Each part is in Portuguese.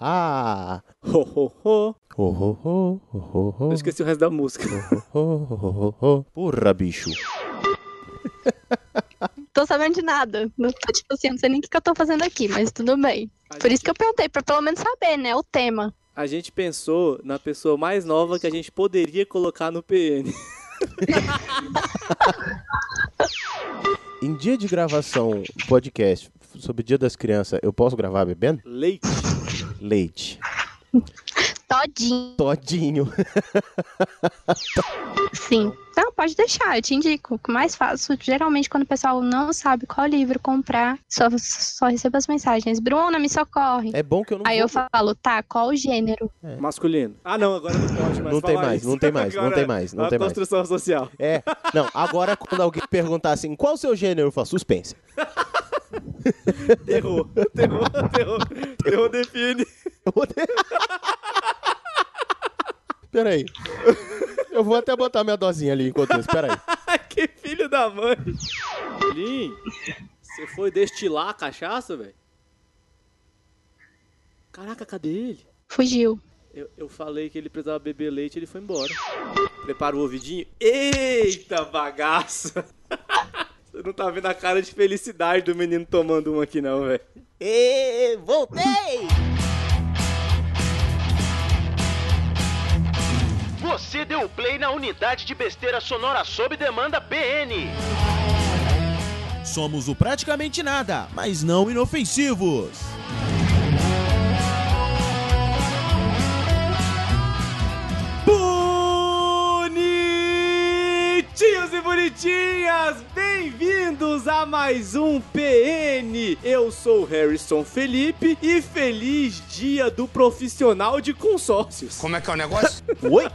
ha, Ho, ho, ho. ho, ho, ho, ho, ho, Eu esqueci o resto da música. ho, ho, ho, ho, ho. Porra, bicho. Tô sabendo de nada. Não tô, tipo assim, não sei nem o que, que eu tô fazendo aqui, mas tudo bem. A Por gente- isso que eu perguntei, pra pelo menos saber, né? O tema. A gente pensou na pessoa mais nova que a gente poderia colocar no PN. Em dia de gravação, podcast sobre o Dia das Crianças, eu posso gravar bebendo? Leite. Leite. Todinho, Todinho. sim. Não, pode deixar, eu te indico. O que mais fácil, geralmente, quando o pessoal não sabe qual livro comprar, só, só recebo as mensagens. Bruna, me socorre. É bom que eu não Aí vou- eu falo, tá, qual o gênero? Masculino. Ah, não, agora não pode mais Não tem falar mais, isso. não tem mais, não Agora tem mais, não é tem mais. construção social. É, não, agora quando alguém perguntar assim, qual o seu gênero? Eu falo, suspense. Terror, terror, terror. Terror define. Eu vou ter- Peraí. Eu vou até botar minha dosinha ali enquanto isso, peraí. Ai, que filho da mãe. Lin, você foi destilar a cachaça, velho? Caraca, cadê ele? Fugiu. Eu, eu falei que ele precisava beber leite ele foi embora. Prepara o ouvidinho. Eita bagaça! Você não tá vendo a cara de felicidade do menino tomando um aqui, não, velho. E voltei! Você deu play na unidade de besteira sonora sob demanda BN. Somos o Praticamente Nada, mas não inofensivos. Bonitinhos e bonitinhas, bem-vindos a mais um PN. Eu sou o Harrison Felipe e feliz dia do profissional de consórcios. Como é que é o negócio? Oi?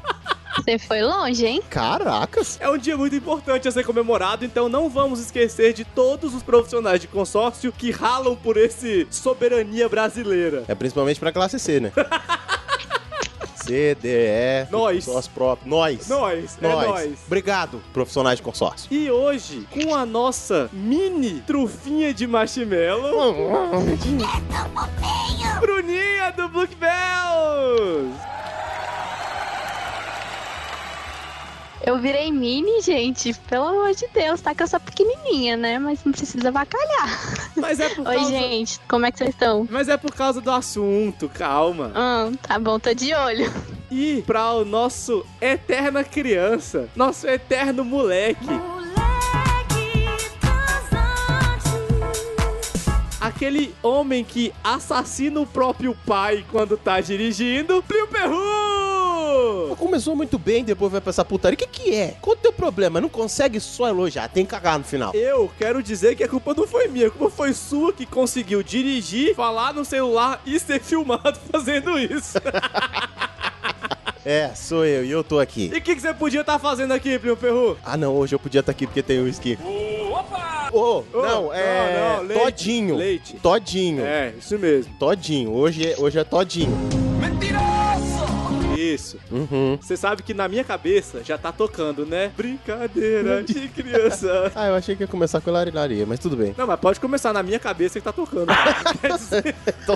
Você foi longe, hein? Caracas! É um dia muito importante a ser comemorado, então não vamos esquecer de todos os profissionais de consórcio que ralam por esse soberania brasileira. É principalmente pra classe C, né? C, D, E, Nós. nós próprios. Nós. Nós, é nós. Obrigado, profissionais de consórcio. E hoje, com a nossa mini trufinha de marshmallow, Bruninha do Black Bells! Eu virei mini, gente. Pelo amor de Deus, tá que eu sou pequenininha, né? Mas não precisa avacalhar. Mas é por Oi, causa... gente, como é que vocês estão? Mas é por causa do assunto, calma. Ah, tá bom, tô de olho. E para o nosso eterna criança, nosso eterno moleque, aquele homem que assassina o próprio pai quando tá dirigindo, Plio Perru! Começou muito bem, depois vai pra essa putaria. O que que é? Qual o teu problema? Não consegue só elogiar, tem que cagar no final. Eu quero dizer que a culpa não foi minha, a culpa foi sua que conseguiu dirigir, falar no celular e ser filmado fazendo isso. É, sou eu e eu tô aqui. e o que, que você podia estar fazendo aqui, Plio Perru? Ah, não, hoje eu podia estar aqui porque tem um skin. Opa! Ô, Ô, não, é. não, não, leite, todinho. leite. Todinho. É, isso mesmo. Todinho. Hoje é, hoje é todinho. Isso. Uhum. Você sabe que na minha cabeça já tá tocando, né? Brincadeira de criança. Ah, eu achei que ia começar com larilaria, mas tudo bem. Não, mas pode começar na minha cabeça que tá tocando. Quer dizer, Então,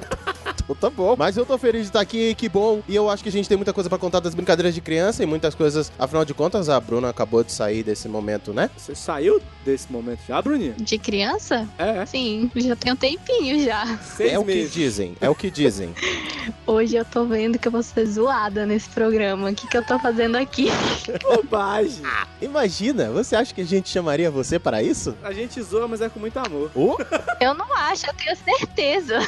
então tá bom. Mas eu tô feliz de estar aqui, que bom. E eu acho que a gente tem muita coisa pra contar das brincadeiras de criança e muitas coisas. Afinal de contas, a Bruna acabou de sair desse momento, né? Você saiu desse momento já, Bruninha? De criança? É, Sim, já tem um tempinho já. seis é o meses. que dizem, é o que dizem. Hoje eu tô vendo que eu vou ser zoada nesse programa. O que, que eu tô fazendo aqui? Bobagem. Imagina, você acha que a gente chamaria você para isso? A gente zoa, mas é com muito amor. Ô, Eu não acho, eu tenho certeza.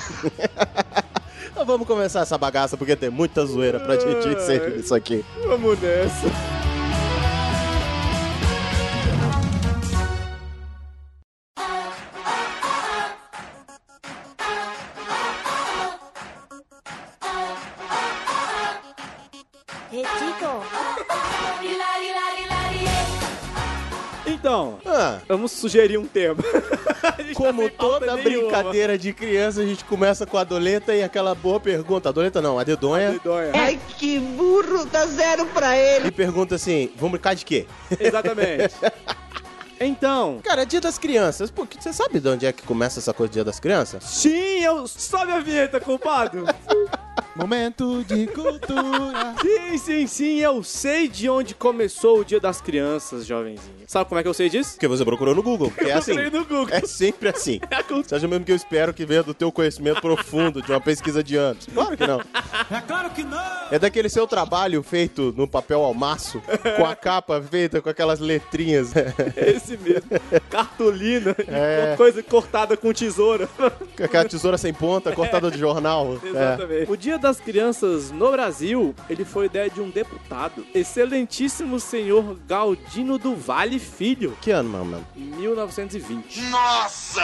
Então vamos começar essa bagaça porque tem muita zoeira pra gente inserir isso aqui. Vamos nessa. Então, Ah, vamos sugerir um tema. A gente tá como sem pauta toda nenhuma. brincadeira de criança, a gente começa com a doleta e aquela boa pergunta. A doleta não, a dedonha. Doidonha. Ai, que burro! Dá zero pra ele! E pergunta assim: vamos brincar de quê? Exatamente. Então. Cara, é dia das crianças. Pô, que- você sabe de onde é que começa essa coisa de dia das crianças? Sim, eu. Sobe a vinheta, compadre! Momento de cultura. sim, sim, sim, eu sei de onde começou o Dia das Crianças, jovenzinho. Sabe como é que eu sei disso? Porque você procurou no Google. Porque é assim. Eu procurei no Google. É sempre assim. Seja mesmo que eu espero que venha do teu conhecimento profundo de uma pesquisa de anos. Claro que não. É claro que não! É daquele seu trabalho feito no papel almaço, com a capa feita com aquelas letrinhas. né? É esse mesmo. Cartolina, É. coisa cortada com tesoura. Com aquela tesoura sem ponta, cortada de jornal. É. Exatamente. O Dia das Crianças no Brasil, ele foi ideia de um deputado, excelentíssimo senhor Galdino do Vale Filho, É. Que ano, meu mano? em 1920.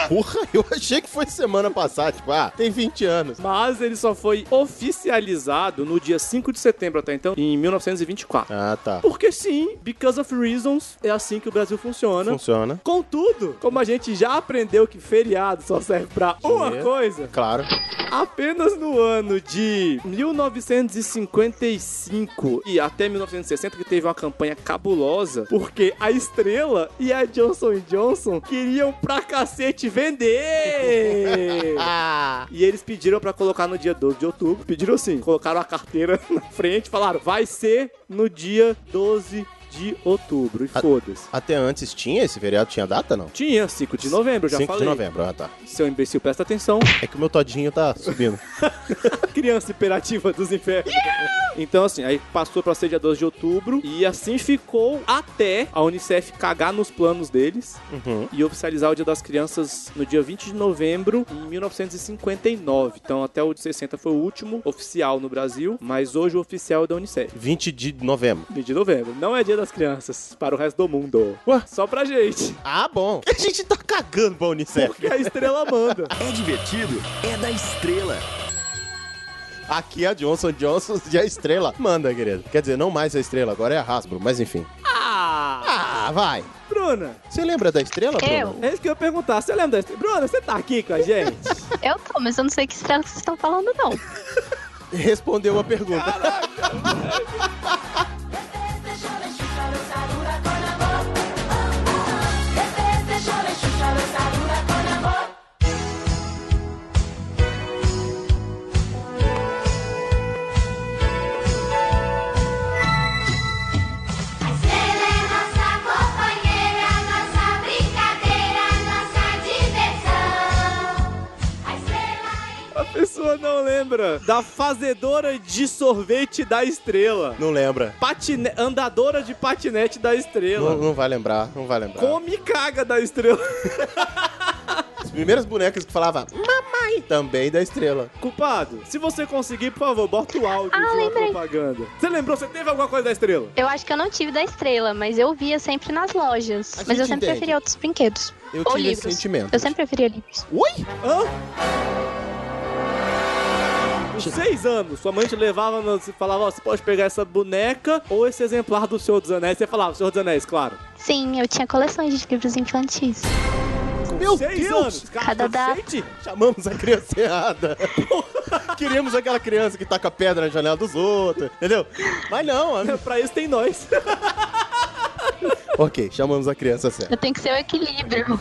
Porra, eu achei que foi semana passada. Tipo, ah, tem 20 anos. Mas ele só foi oficializado no dia 5 de setembro até então, em 1924. Ah, tá. Porque sim, because of reasons, é assim que o Brasil funciona. Funciona. Contudo, como a gente já aprendeu que feriado só serve pra uma Dinheiro. coisa, Claro. Apenas no ano de 1955 e até 1960 que teve uma campanha cabulosa, porque a Estrela e a Johnson Johnson queriam pra cacete vender. Ah! E eles pediram pra colocar no dia 12 de outubro. Pediram assim, colocaram a carteira na frente, falaram: "Vai ser no dia 12 de outubro". E A- foda-se. Até antes tinha esse feriado? Tinha data, não? Tinha 5 de novembro, já 5 falei. de novembro, ah, tá. Seu imbecil, presta atenção. É que o meu todinho tá subindo. criança imperativa dos infernos. Então, assim, aí passou pra ser dia 12 de outubro e assim ficou até a Unicef cagar nos planos deles Uhum. e oficializar o Dia das Crianças no dia 20 de novembro em 1959. Então, até o de 60 foi o último oficial no Brasil, mas hoje o oficial é da Unicef. 20 de novembro. 20 de novembro. Não é Dia das Crianças para o resto do mundo. Ué? Só pra gente. Ah, bom. A gente tá cagando pra Unicef. Porque a estrela manda. É divertido, é da estrela. Aqui a Johnson Johnson e a estrela. Manda, querido. Quer dizer, não mais a estrela, agora é a Hasbro, mas enfim. Ah! Ah, vai. Bruna, Você lembra da estrela, Eu? Bruno? é isso que eu ia perguntar. Você lembra da estrela? Bruna, você tá aqui com a gente? Eu tô, mas eu não sei que estrela que vocês estão falando, não. Respondeu uma pergunta. A estrela é nossa companheira, nossa brincadeira, nossa diversão. A estrela A pessoa não lembra da fazedora de sorvete da estrela. Não lembra. Patine... Andadora de patinete da Não, estrela. não vai lembrar, não vai lembrar. Come e caga da estrela. As primeiras bonecas que falava mamãe também da estrela. Culpado, se você conseguir, por favor, bota o áudio Ah, de uma lembrei. propaganda. Você lembrou? Você teve alguma coisa da estrela? Eu acho que eu não tive da estrela, mas eu via sempre nas lojas. A Mas gente eu sempre entende. preferia outros brinquedos. Eu Ou tive esse livros. sentimento. Eu sempre preferia livros. Ui! Hã? Com Seis anos, sua mãe te levava no- você falava, ó, você pode pegar essa boneca ou esse exemplar do Senhor dos Anéis. Você falava, Senhor dos Anéis, claro. Sim, eu tinha coleções de livros infantis. Com Meu seis Deus! anos. Cara, Cada data. cacete. Chamamos a criança errada. Queríamos aquela criança que taca pedra na janela dos outros, entendeu? Mas não, a- Pra isso tem nós. ok, chamamos a criança certa. Eu tenho que ser o equilíbrio.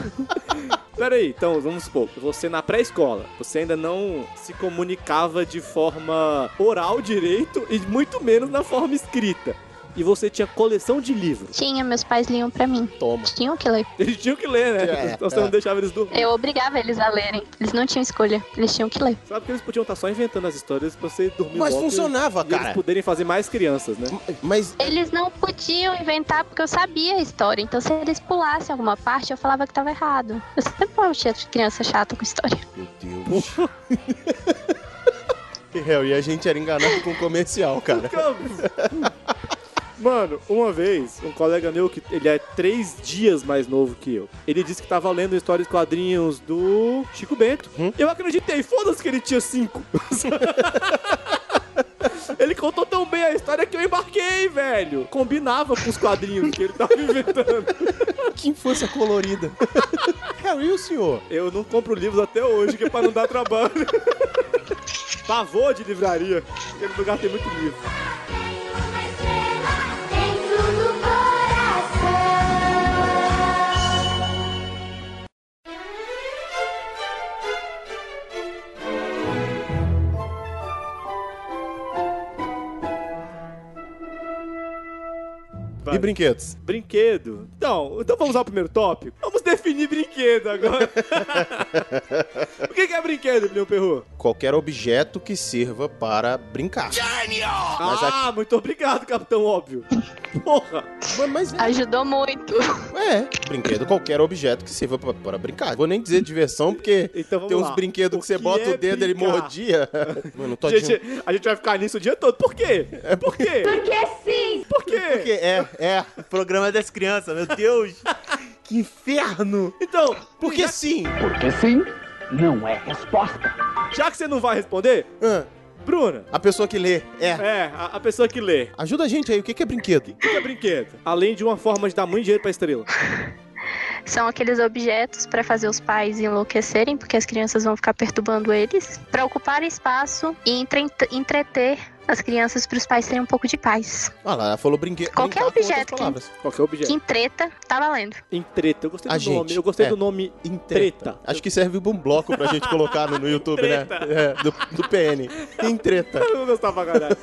Peraí, então vamos supor, você na pré-escola, você ainda não se comunicava de forma oral direito e muito menos na forma escrita. E você tinha coleção de livros. Tinha, meus pais liam pra mim. Toma. Tinham que ler. Eles tinham que ler, né? É, então você não é. deixava eles dormir. Eu obrigava eles a lerem. Eles não tinham escolha. Eles tinham que ler. Sabe que eles podiam estar só inventando as histórias pra você dormir Mas logo funcionava, e, e eles cara. poderem fazer mais crianças, né? Mas Eles não podiam inventar porque eu sabia a história. Então, se eles pulassem alguma parte, eu falava que tava errado. Eu sempre fui uma ch- criança chata com história. Meu Deus. É, e a gente era enganado com o comercial, cara. Mano, uma vez, um colega meu, que ele é três dias mais novo que eu, ele disse que tava lendo histórias e quadrinhos do Chico Bento. Hum? Eu acreditei, foda-se que ele tinha cinco. ele contou tão bem a história que eu embarquei, velho. Combinava com os quadrinhos que ele tava inventando. Que infância colorida. Harry, e o senhor? Eu não compro livros até hoje, que é pra não dar trabalho. Pavor de livraria. Aquele lugar tem muito livro. tem uma estrela dentro do coração. vai. E brinquedos? Brinquedo. Então, então vamos ao primeiro tópico? Vamos definir brinquedo agora. o que que é brinquedo, Brilhão Perru? Qualquer objeto que sirva para brincar. Mas ah, muito obrigado, Capitão Óbvio. Porra. Mas, mas é, Ajudou muito. é, brinquedo, qualquer objeto que sirva pra- para brincar. Vou nem dizer diversão, porque Então vamos tem uns lá. brinquedos O que você que bota é o dedo, ele brincar? mordia. Mano, todinho. Gente, a gente vai ficar nisso o dia todo. Por quê? Por quê? Porque sim! Por quê? Porque é, é. Programa das crianças, meu Deus. Que inferno! Então, Porque sim. Porque sim, não é resposta. já que você não vai responder, Ah, Bruna, a pessoa que lê, é. é, a, a pessoa que lê, o Ajuda a gente aí, o que que é brinquedo? que que é brinquedo? Além de uma forma de dar muito dinheiro pra estrela. São aqueles objetos pra fazer os pais enlouquecerem, porque as crianças vão ficar perturbando eles, Pra ocupar espaço e entre- entreter as crianças para os pais terem um pouco de paz. Olha Ah lá, ela falou brinquedo. Qualquer objeto que- palavras. Qualquer é objeto. Quem treta, tá valendo. Em treta. Eu gostei do A nome. gente, Eu gostei é. do nome Em treta. Acho que serve pra um bloco pra gente colocar no, no YouTube, Treta. né? É, do, do PN. Em treta. Eu vou gostar pra caralho.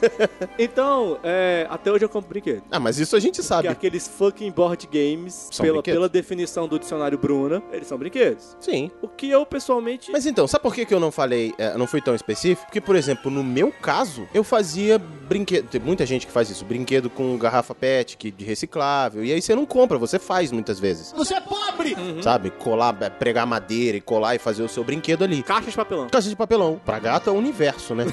então, é, até hoje eu compro brinquedo. Ah, mas isso a gente Porque sabe. é aqueles fucking board games, São pela, brinquedos. pela definição do dicionário Bruna, eles são brinquedos. Sim. O que eu pessoalmente. Mas então, sabe por que que eu não falei, eh, não fui tão específico? Porque, por exemplo, no meu caso, eu fazia brinquedo. Tem muita gente que faz isso, brinquedo com garrafa PET, que de reciclável. E aí você não compra, você faz muitas vezes. Você é pobre! Sabe? Colar, eh, pregar madeira e colar e fazer o seu brinquedo ali. Caixa de papelão. Caixa de papelão. Pra gato é o universo, né?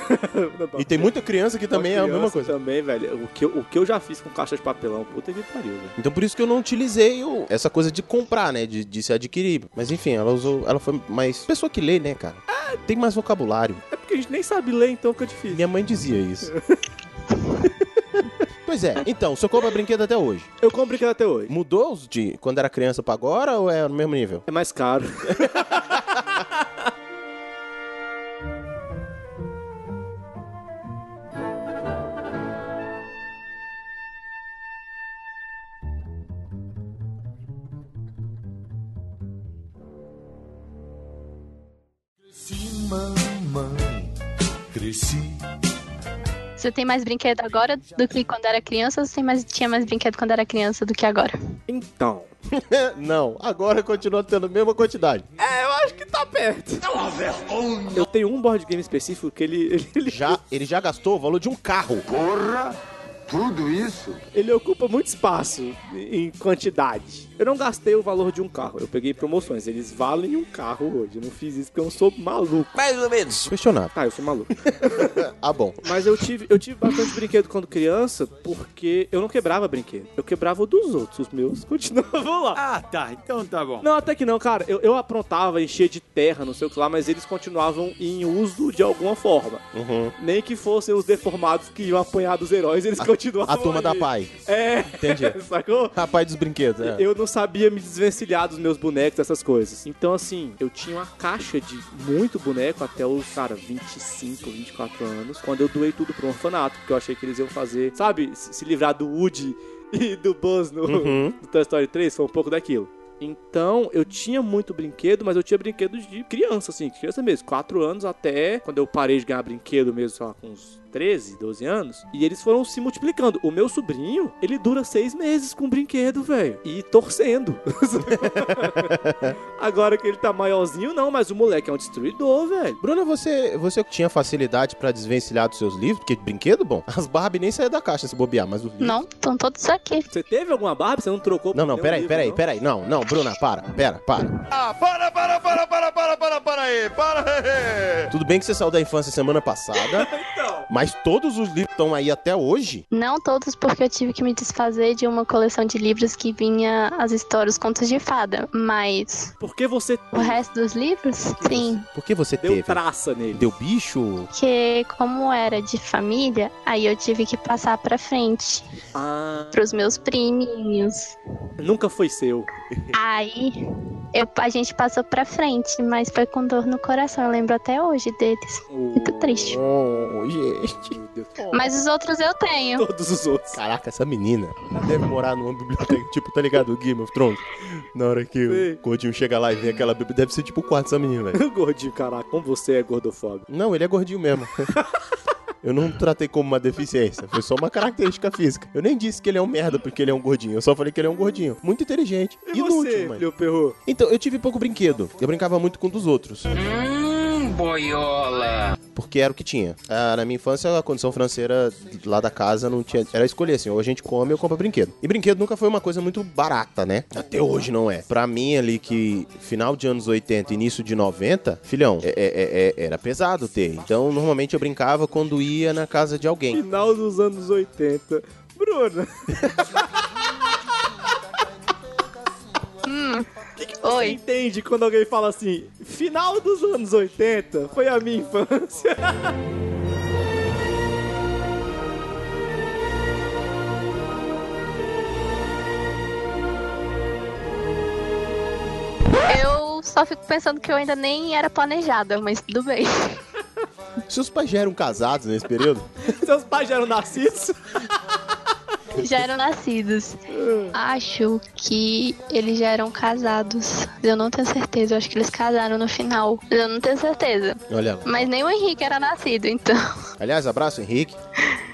Então, E tem muita criança que também é a Então, Criança mesma coisa. Também, velho. O que, eu, o que eu já fiz com caixa de papelão, puta que pariu, velho. Então por isso que eu não utilizei o- essa coisa de comprar, né? De, de se adquirir. Mas enfim, ela usou. Ela foi mais. Pessoa que lê, né, cara? Tem mais vocabulário. É porque a gente nem sabe ler, então fica difícil. Minha mãe dizia isso. pois é, então, o seu compra brinquedo até hoje. Eu compro brinquedo até hoje. Mudou os de quando era criança pra agora ou é no mesmo nível? É mais caro. Você tem mais brinquedo agora do que quando era criança, ou você tem mais, tinha mais brinquedo quando era criança do que agora? Então. não, agora continua tendo a mesma quantidade. É, eu acho que tá perto. Eu tenho um board game específico que ele, ele, ele- Já, ele já gastou o valor de um carro. ele ocupa muito espaço em quantidade. Eu não gastei o valor de um carro, eu peguei promoções. Eles valem um carro hoje. Eu não fiz isso porque eu não sou maluco. Questionável. Tá, eu sou maluco. Ah, bom. Mas eu tive, eu tive bastante brinquedo quando criança, porque eu não quebrava brinquedo. Eu quebrava o dos outros, os meus continuavam lá. ah, tá. Então tá bom. Não, até que não, cara. Eu, eu aprontava, enchia de terra, não sei o que lá, mas eles continuavam em uso de alguma forma. Uhum. Nem que fossem os deformados que iam apanhar dos heróis, eles continuavam. A turma ali. da pai. É. Entendi. Sacou? A pai dos brinquedos. é. Eu não sabia me desvencilhar dos meus bonecos, essas coisas. Então, assim, eu tinha uma caixa de muito boneco até os, cara, 25, 24 anos, quando eu doei tudo pra um orfanato, porque eu achei que eles iam fazer, sabe, se se livrar do Woody e do Buzz no, Uhum. do Toy Story 3, foi um pouco daquilo. Então, eu tinha muito brinquedo, mas eu tinha brinquedos de criança, assim, criança mesmo, 4 anos até quando eu parei de ganhar brinquedo mesmo, sei lá, com uns 13, 12 anos. E eles foram se multiplicando. O meu sobrinho, ele dura 6 meses com brinquedo, velho, e torcendo. Agora que ele tá maiorzinho, não, mas o moleque é um destruidor, velho. Bruna, você, você tinha facilidade pra desvencilhar dos seus livros? Porque brinquedo, bom, as Barbie nem saíam da caixa se bobear, mas os livros... Não, estão todos aqui. Você teve alguma Barbie? Você não trocou por Não, não, nenhum peraí, livro, peraí, não? peraí. Não, não, Bruna, para, pera, para. um Ah, para, para, para, para, para, para, para aí. Para aí. Tudo bem que você saiu da infância semana passada, Então. mas todos os livros estão aí até hoje? Não todos, porque eu tive que me desfazer de uma coleção de livros que vinha as histórias, os contos de fada. Mas Porque você o resto dos livros, sim. Por que você deu teve? traça nele. Deu bicho? Porque como era de família, aí eu tive que passar pra frente, Ah, pros meus priminhos. nunca foi seu. Aí eu- a gente passou pra frente, mas foi com dor no coração, eu lembro até hoje deles. Muito triste. Oh, gente. Meu Deus. Mas os outros eu tenho. Todos os outros. Caraca, essa menina deve morar numa biblioteca, tipo, tá ligado? O Game of Thrones. Na hora que Sei. o gordinho chega lá e vê aquela bíblia, deve ser tipo o quarto dessa menina, velho. Gordinho, caraca, como você é gordofóbico. Não, ele é gordinho mesmo. Eu não tratei como uma deficiência, foi só uma característica física. Eu nem disse que ele é um merda porque ele é um gordinho, eu só falei que ele é um gordinho. Muito inteligente. E inútil, você, mano. meu perro? Então, eu tive pouco brinquedo. Eu brincava muito com um dos outros. Porque era o que tinha. Ah, na minha infância, a condição financeira lá da casa não tinha. Era escolher assim: ou a gente come ou compra brinquedo. E brinquedo nunca foi uma coisa muito barata, né? Até hoje não é. Pra mim, ali que final de anos 80, início de 90, filhão, é- é- é- é- era pesado ter. Então, normalmente eu brincava quando ia na casa de alguém. Final dos anos 80. Bruna, você Oi. entende quando alguém fala assim, final dos anos 80 foi a minha infância. Eu só fico pensando que eu ainda nem era planejada, mas tudo bem. Seus pais já eram casados nesse período? Seus pais já eram narcisos? Já eram nascidos. Acho que eles já eram casados. Eu não tenho certeza. Eu acho que eles casaram no final. Mas Eu não tenho certeza. Olha lá. Mas nem o Henrique era nascido, então. Aliás, abraço, Henrique.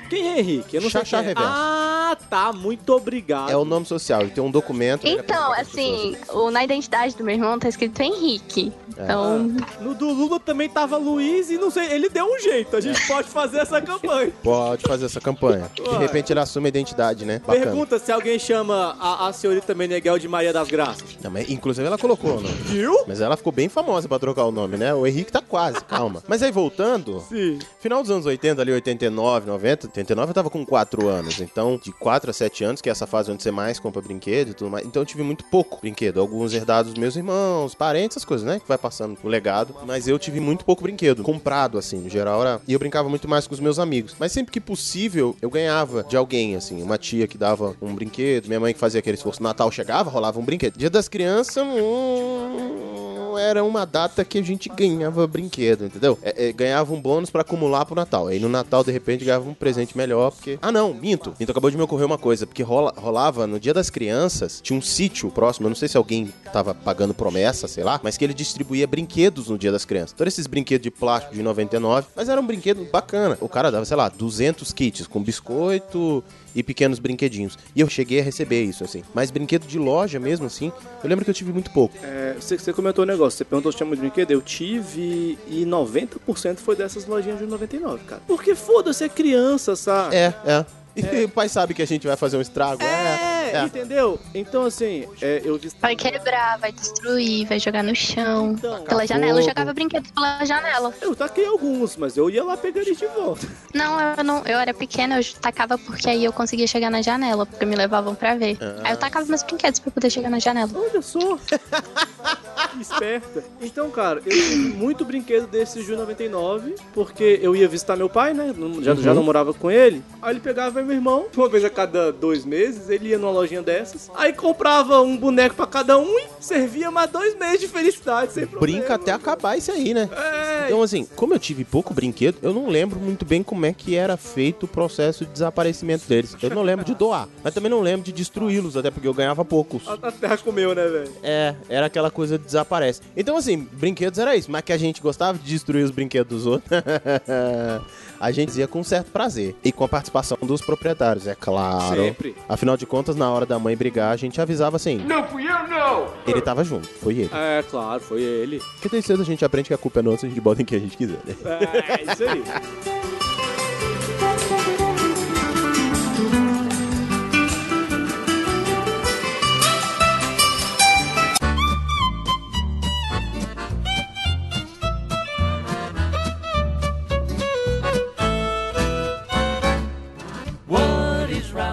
Quem é Henrique? Eu não sei Chachá quem é. Reverso. Ah, tá. Muito obrigado. É o nome social, ele tem um documento. ele apresenta Então, pras pessoas. assim, o- na identidade do meu irmão tá escrito Henrique. Então, No do Lula também tava Luiz e não sei, ele deu um jeito. A gente pode fazer essa campanha. Pode fazer essa campanha. De repente ele assume a identidade, né? Bacana. Pergunta se alguém chama a, a senhorita Meneghel de Maria das Graças. Não, mas, inclusive ela colocou o nome. Viu? Mas ela ficou bem famosa pra trocar o nome, né? O Henrique tá quase, calma. Mas aí voltando, Sim. final dos anos 80, ali 89, 90, 89 eu tava com 4 anos. Então, de 4 a 7 anos, que é essa fase onde você mais compra brinquedo e tudo mais. Então eu tive muito pouco brinquedo. Alguns herdados dos meus irmãos, parentes, essas coisas, né? Que vai passando o legado. Mas eu tive muito pouco brinquedo. Comprado, assim, no geral era. E eu brincava muito mais com os meus amigos. Mas sempre que possível, eu ganhava de alguém, assim. Uma tia que dava um brinquedo, minha mãe que fazia aquele esforço. Natal chegava, rolava um brinquedo. Dia das crianças, hum era uma data que a gente ganhava brinquedo, entendeu? É, é, ganhava um bônus pra acumular pro Natal. Aí no Natal, de repente, ganhava um presente melhor, porque... Ah, não, minto. Minto, acabou de me ocorrer uma coisa, porque rola- rolava no Dia das Crianças, tinha um sítio próximo, eu não sei se alguém tava pagando promessa, sei lá, mas que ele distribuía brinquedos no Dia das Crianças. Então, esses brinquedos de plástico de 99, mas era um brinquedo bacana. O cara dava, sei lá, 200 kits com biscoito, e pequenos brinquedinhos. E eu cheguei a receber isso, assim. Mas brinquedo de loja mesmo, assim, eu lembro que eu tive muito pouco. É, você, você comentou um negócio, você perguntou se chama de brinquedo, eu tive e 90% foi dessas lojinhas de 99, cara. Porque foda-se, é criança, sabe? É, é. E o pai sabe que a gente vai fazer um estrago. É, é. entendeu? Então, assim, é, eu disse... vai quebrar, vai destruir, vai jogar no chão. Então, Pela janela, eu fogo. jogava brinquedos pela janela. eu taquei alguns, mas eu ia lá pegar eles de volta. Não, eu não, eu era pequena, eu tacava porque aí eu conseguia chegar na janela, porque me levavam pra ver. Aí eu tacava meus brinquedos pra poder chegar na janela. Olha só! Esperta. Então, cara, eu tive muito brinquedo desse Ju 99, porque eu ia visitar meu pai, né? Não- Já, Uhum. já não morava com ele. Aí ele pegava meu irmão, uma vez a cada dois meses, ele ia numa lojinha dessas. Aí comprava um boneco pra cada um e servia mais dois meses de felicidade, sem problema. Brinca até acabar isso aí, né? É, Então, assim, como eu tive pouco brinquedo, eu não lembro muito bem como é que era feito o processo de desaparecimento deles. Eu não lembro de doar, mas também não lembro de destruí-los, até porque eu ganhava poucos. a, a terra comeu, né, velho? É, era aquela coisa de desaparece. Então, assim, brinquedos era isso, mas que a gente gostava de destruir os brinquedos dos outros. a gente ia com certo prazer. E com a participação dos proprietários, é claro. Sempre. Afinal de contas, na hora da mãe brigar, a gente avisava assim. Não fui eu, não! Ele tava junto, foi ele. É, claro, foi ele. Porque desde cedo a gente aprende que a culpa é nossa, a gente bota em quem a gente quiser, né? É, isso aí.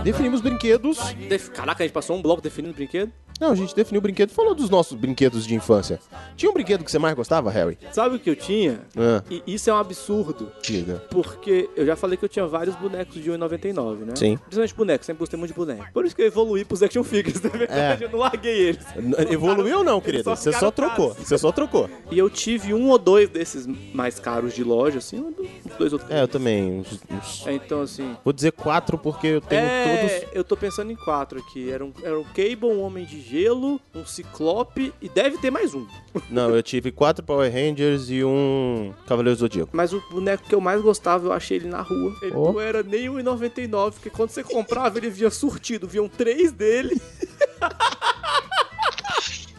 Definimos brinquedos. Def- Caraca, a gente passou um bloco definindo o brinquedo. Não, a gente definiu o brinquedo e falou dos nossos brinquedos de infância. Tinha um brinquedo que você mais gostava, Harry? Sabe o que eu tinha? Ah, E isso é um absurdo. diga. Porque eu já falei que eu tinha vários bonecos de 1,99, né? Sim. Principalmente bonecos, sempre gostei muito de boneco. Por isso que eu evoluí pros action figures, na verdade, É. eu não larguei eles. N- Evoluiu ou não, querida? só Você só ficaram trocou. caros. Você só trocou. E eu tive um ou dois desses mais caros de loja, assim, um, uns dois ou três. É, eu também. uns- uns- É, Então, assim... Vou dizer quatro porque eu tenho é, todos. eu tô pensando em quatro aqui. Era, um, era o Cable, um Homem de gelo, um ciclope e deve ter mais um. Não, eu tive quatro Power Rangers e um Cavaleiro Zodíaco. Mas o boneco que eu mais gostava, eu achei ele na rua. Ele Ó. não era nem 1,99, porque quando você comprava, ele vinha surtido, vinham três dele.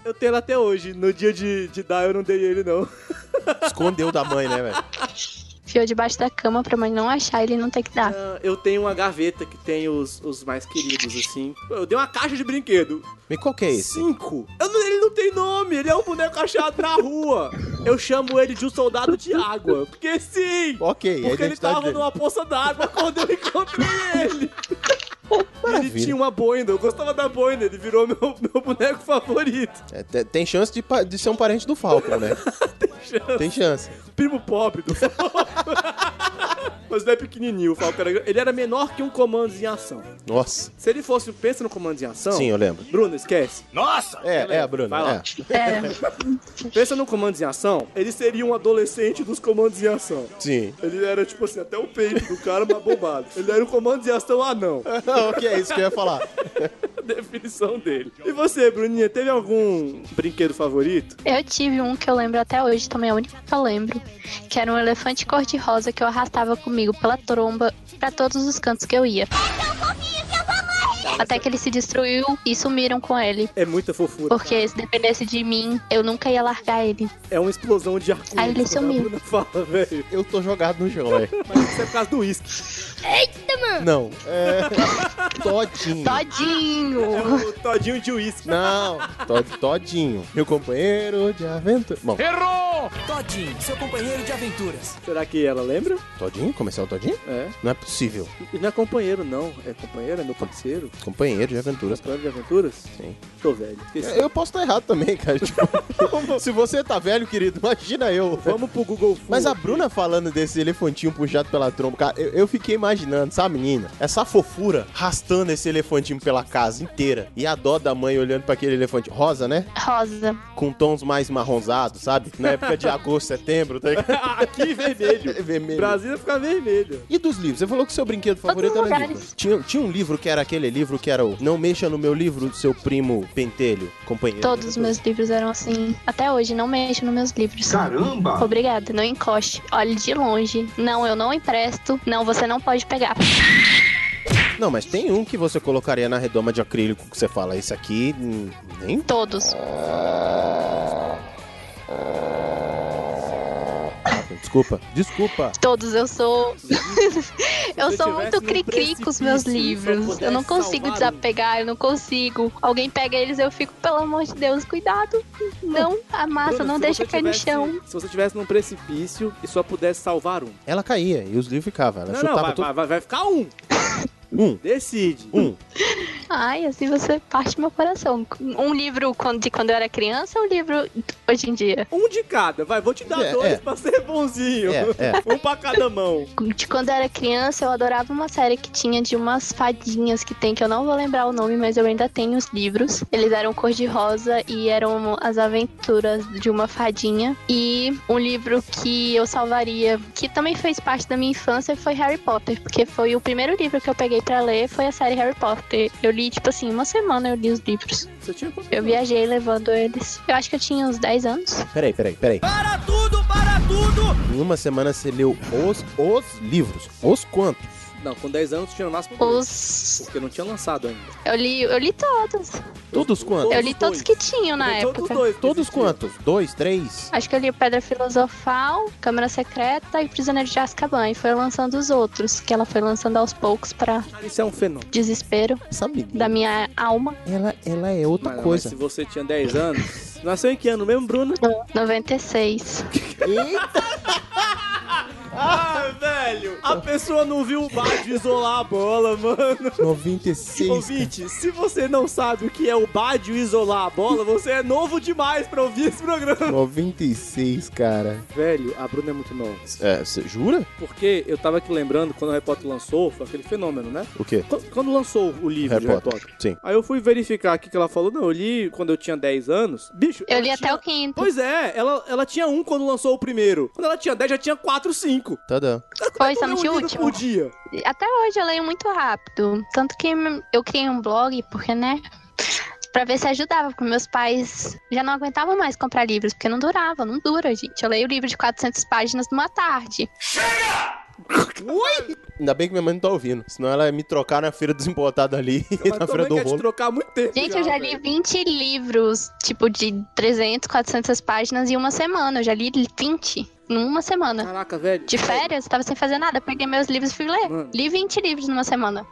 Eu tenho ele até hoje. No dia de, de dar, eu não dei ele, não. Escondeu da mãe, né, velho? Enfiou debaixo da cama pra mãe não achar ele e não ter que dar. Ah, Eu tenho uma gaveta que tem os, os mais queridos, assim. Eu dei uma caixa de brinquedo. E qual que é esse? Cinco. Eu não- ele não tem nome, ele é um boneco achado na rua. Eu chamo ele de um soldado de água. Porque sim! Ok, Porque a ele identidade tava dele. numa poça d'água quando eu encontrei ele. Ele tinha uma boina, eu gostava da boina, ele virou meu, meu boneco favorito. É, te- tem chance de, pa- de ser um parente do Falcon, né? tem chance. Primo pobre do Falco. Mas não é pequenininho, o Falco era... Ele era menor que um comando em ação. Nossa. Se ele fosse, pensa no comando em ação... Sim, eu lembro. Bruno, esquece. É, é, Bruno. Vai lá. É. Era. Pensa no comando em ação, ele seria um adolescente dos comandos em ação. Sim. Ele era, tipo assim, até o peito do cara, mas bombado. Ele era um comando em ação anão. ok, é isso que eu ia falar. A definição dele. E você, Bruninha, teve algum brinquedo favorito? Eu tive um que eu lembro até hoje, também é o único que eu lembro, que era um elefante cor-de-rosa que eu arrastava comigo pela tromba pra todos os cantos que eu ia. Até que ele se destruiu e sumiram com ele. É muita fofura. Porque se dependesse de mim, eu nunca ia largar ele. É uma explosão de arco Aí ele sumiu. Fala, velho. Eu tô jogado no chão, velho. Mas isso é por causa do uísque. Não. É. Todinho. É Todinho! o todinho de uísque. Não. Tod- todinho. Meu companheiro de aventura. Bom, Todinho, seu companheiro de aventuras. Será que ela lembra? Todinho? Começou o Todinho? É. Não é possível. Não é companheiro, não. É companheiro, é meu parceiro. Companheiro de aventuras. Plano de aventuras? Sim. Tô velho. Esqueci. Eu posso estar errado também, cara. Tipo, se você tá velho, querido, imagina eu. Vamos pro Google Full. Mas a Bruna falando desse elefantinho puxado pela tromba, cara, eu, eu fiquei imaginando, sabe, menina? Essa fofura arrastando esse elefantinho pela casa inteira. E a dó da mãe olhando pra aquele elefante rosa, né? Rosa. Com tons mais marronzados, sabe? Na época de agosto, setembro, tá ligado? Aqui vermelho. É vermelho. Brasília fica vermelho. E dos livros? Você falou que seu brinquedo favorito Todos os era lugares. livro. Tinha, tinha um livro que era aquele livro que era o Não Mexa no Meu Livro, seu primo pentelho, companheiro. Todos os meus livros eram assim. Até hoje, não mexo nos meus livros. Caramba! Obrigada, não encoste. Olhe de longe. Não, eu não empresto. Não, você não pode pegar. Não, mas tem um que você colocaria na redoma de acrílico que você fala, esse aqui hum, nem Todos. toca. Desculpa, desculpa. Todos, eu sou. eu eu sou tivesse muito num cri-cri com os meus precipício e só livros. pudesse Eu não consigo salvar um. desapegar, eu não consigo. Alguém pega eles, eu fico, pelo amor de Deus, cuidado. Não amassa, Bruna, não se deixa você cair no tivesse- chão. Se você tivesse num precipício e só pudesse salvar um. Ela caía e os livros ficavam. Ela Não, não, chutava vai, tudo. vai, vai, vai ficar um. Um. Decide. Um. Ai, assim você parte meu coração. Um livro quando- de quando eu era criança, um livro hoje em dia. Um de cada, vai, vou te dar É, dois é. pra ser bonzinho. É, Um pra cada mão. De quando eu era criança, eu adorava uma série que tinha de umas fadinhas que tem, que eu não vou lembrar o nome, mas eu ainda tenho os livros. Eles eram cor-de-rosa e eram as aventuras de uma fadinha. E um livro que eu salvaria, que também fez parte da minha infância, foi Harry Potter, porque foi o primeiro livro que eu peguei pra ler, foi a série Harry Potter. Eu li, tipo assim, uma semana eu li os livros. Você tinha quantos Eu viajei levando eles. Eu acho que eu tinha uns 10 anos. é. Peraí, peraí, peraí. Para tudo, para tudo! Em uma semana você leu os, os livros. Os quantos? anos? Não, com 10 anos tinha no máximo dois. Os. Porque não tinha lançado ainda. Eu li, eu li todos. Todos quantos? eu li dois. todos que tinham na Todos época. dois. que Todos existiam. quantos? Dois, três? Acho que eu li Pedra Filosofal, Câmara Secreta e Prisioneiro de Azkaban. E foi lançando os outros, que ela foi lançando aos poucos pra Cara, isso é um fenômeno. desespero Essa menina, da minha alma. ela, ela é outra Mas, mas coisa. se você tinha 10 anos. Nasceu em que ano mesmo, Bruno? 96. Eita! Ah, velho! A pessoa não viu o Bad isolar a bola, mano. 96. Ouvinte, se você não sabe o que é o Bádio isolar a bola, você é novo demais pra ouvir esse programa. 96, cara. Velho, a Bruna é muito nova. É, você jura? Porque eu tava aqui lembrando, quando o Harry Potter lançou, foi aquele fenômeno, né? O quê? Quando, quando lançou o livro de Harry Potter. Sim. Aí eu fui verificar aqui que ela falou, não, eu li quando eu tinha 10 anos. Bicho, Eu ela li até tinha- o quinto. Pois é, ela, ela tinha um quando lançou o primeiro. Quando ela tinha 10, já tinha 4, 5. Tá dando. Pois, só não lê tinha um livro o é último. por dia. Até hoje eu leio muito rápido. Tanto que eu criei um blog, porque, né? pra ver se ajudava, porque meus pais já não aguentavam mais comprar livros, porque não durava, não dura, gente. Eu leio livro de 400 páginas numa tarde. Ainda bem que minha mãe não tá ouvindo. Senão ela ia me trocar na feira desembotada ali e na Mas tua feira mãe do quer te rolo. trocar há muito tempo. Gente, eu já li velho. 20 livros, tipo, de 300, 400 páginas em uma semana. Eu já li 20 numa semana. Caraca, velho. De férias, eu tava sem fazer nada. Peguei meus livros e fui ler. Mano. Li 20 livros numa semana.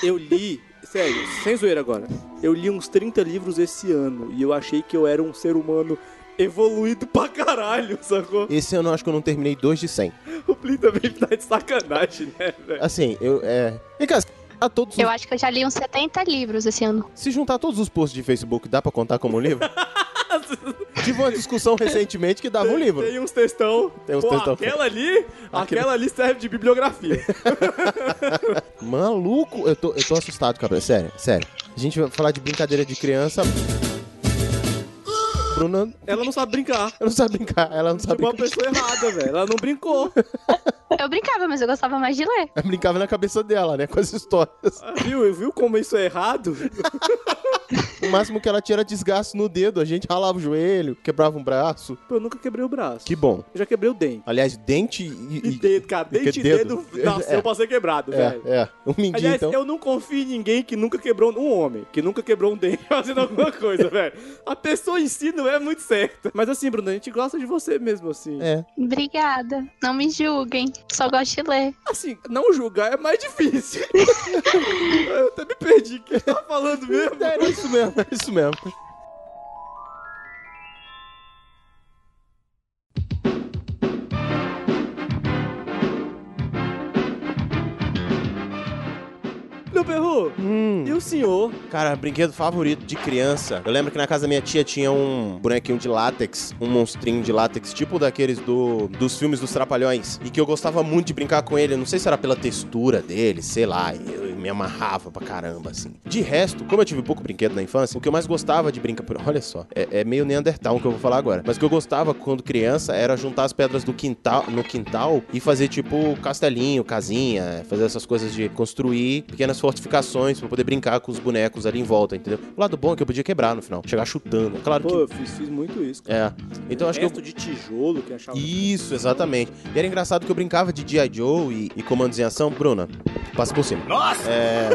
Eu li, sério, sem zoeira agora. Eu li uns 30 livros esse ano e eu achei que eu era um ser humano evoluído pra caralho, sacou? Esse ano eu acho que eu não terminei dois de 100. O Plin também tá de sacanagem, né, velho? Assim, eu. É. Vem cá, a todos os- Eu acho que eu já li uns 70 livros esse ano. se juntar todos os posts de Facebook, dá pra contar como um livro? Tive uma discussão recentemente que dava um livro. Tem uns textão. Tem uns Pô, textão. Aquela ali, aquela ali serve de bibliografia. Maluco, eu tô, eu tô assustado, cabra. Sério, sério. A gente vai falar de brincadeira de criança. Bruna, Ela não sabe brincar. ela não sabe brincar. Ela não sabe Tipo uma brincar. pessoa errada, velho. Ela não brincou. Eu brincava, mas eu gostava mais de ler. Ela brincava na cabeça dela, né? Com as histórias. Viu? Viu como isso é errado? O máximo que ela tinha era desgaste no dedo. A gente ralava o joelho, quebrava um braço. Pô, Eu nunca quebrei o braço. Que bom. Eu já quebrei o dente. Aliás, dente e. E dedo, cara. Dente e dedo, nasceu É, pra ser quebrado, velho. é, é. Um mindinho, Aliás, então. eu não confio em ninguém que nunca quebrou um homem, que nunca quebrou um dente fazendo alguma coisa, velho. A pessoa em si não é muito certa. Mas assim, Bruno, a gente gosta de você mesmo, assim. É. Obrigada. Não me julguem. Só gosto de ler. Assim, não julgar é mais difícil. eu até me perdi. O que ele tá falando mesmo? Era isso mesmo, era É isso mesmo. Meu perru, Hum. e o senhor? Cara, brinquedo favorito de criança. Eu lembro que na casa da minha tia tinha um bonequinho de látex, um monstrinho de látex, tipo daqueles do, dos filmes dos Trapalhões. E que eu gostava muito de brincar com ele. Eu Não sei se era pela textura dele, sei lá. Eu eu me amarrava pra caramba, assim. De resto, como eu tive pouco brinquedo na infância, o que eu mais gostava de brincar. Olha só, é, é meio Neandertal o que eu vou falar agora. Mas o que eu gostava quando criança era juntar as pedras do quintal, no quintal e fazer tipo castelinho, casinha, fazer essas coisas de construir pequenas fortificações pra poder brincar com os bonecos ali em volta, entendeu? O lado bom é que eu podia quebrar no final, chegar chutando. Claro Pô, que. eu fiz, fiz muito isso. cara. É. Então acho que eu. Resto de tijolo que achava. Isso, exatamente. E era engraçado que eu brincava de G.I. Joe e, e comandos em ação. Bruna, passa por cima. Nossa! É.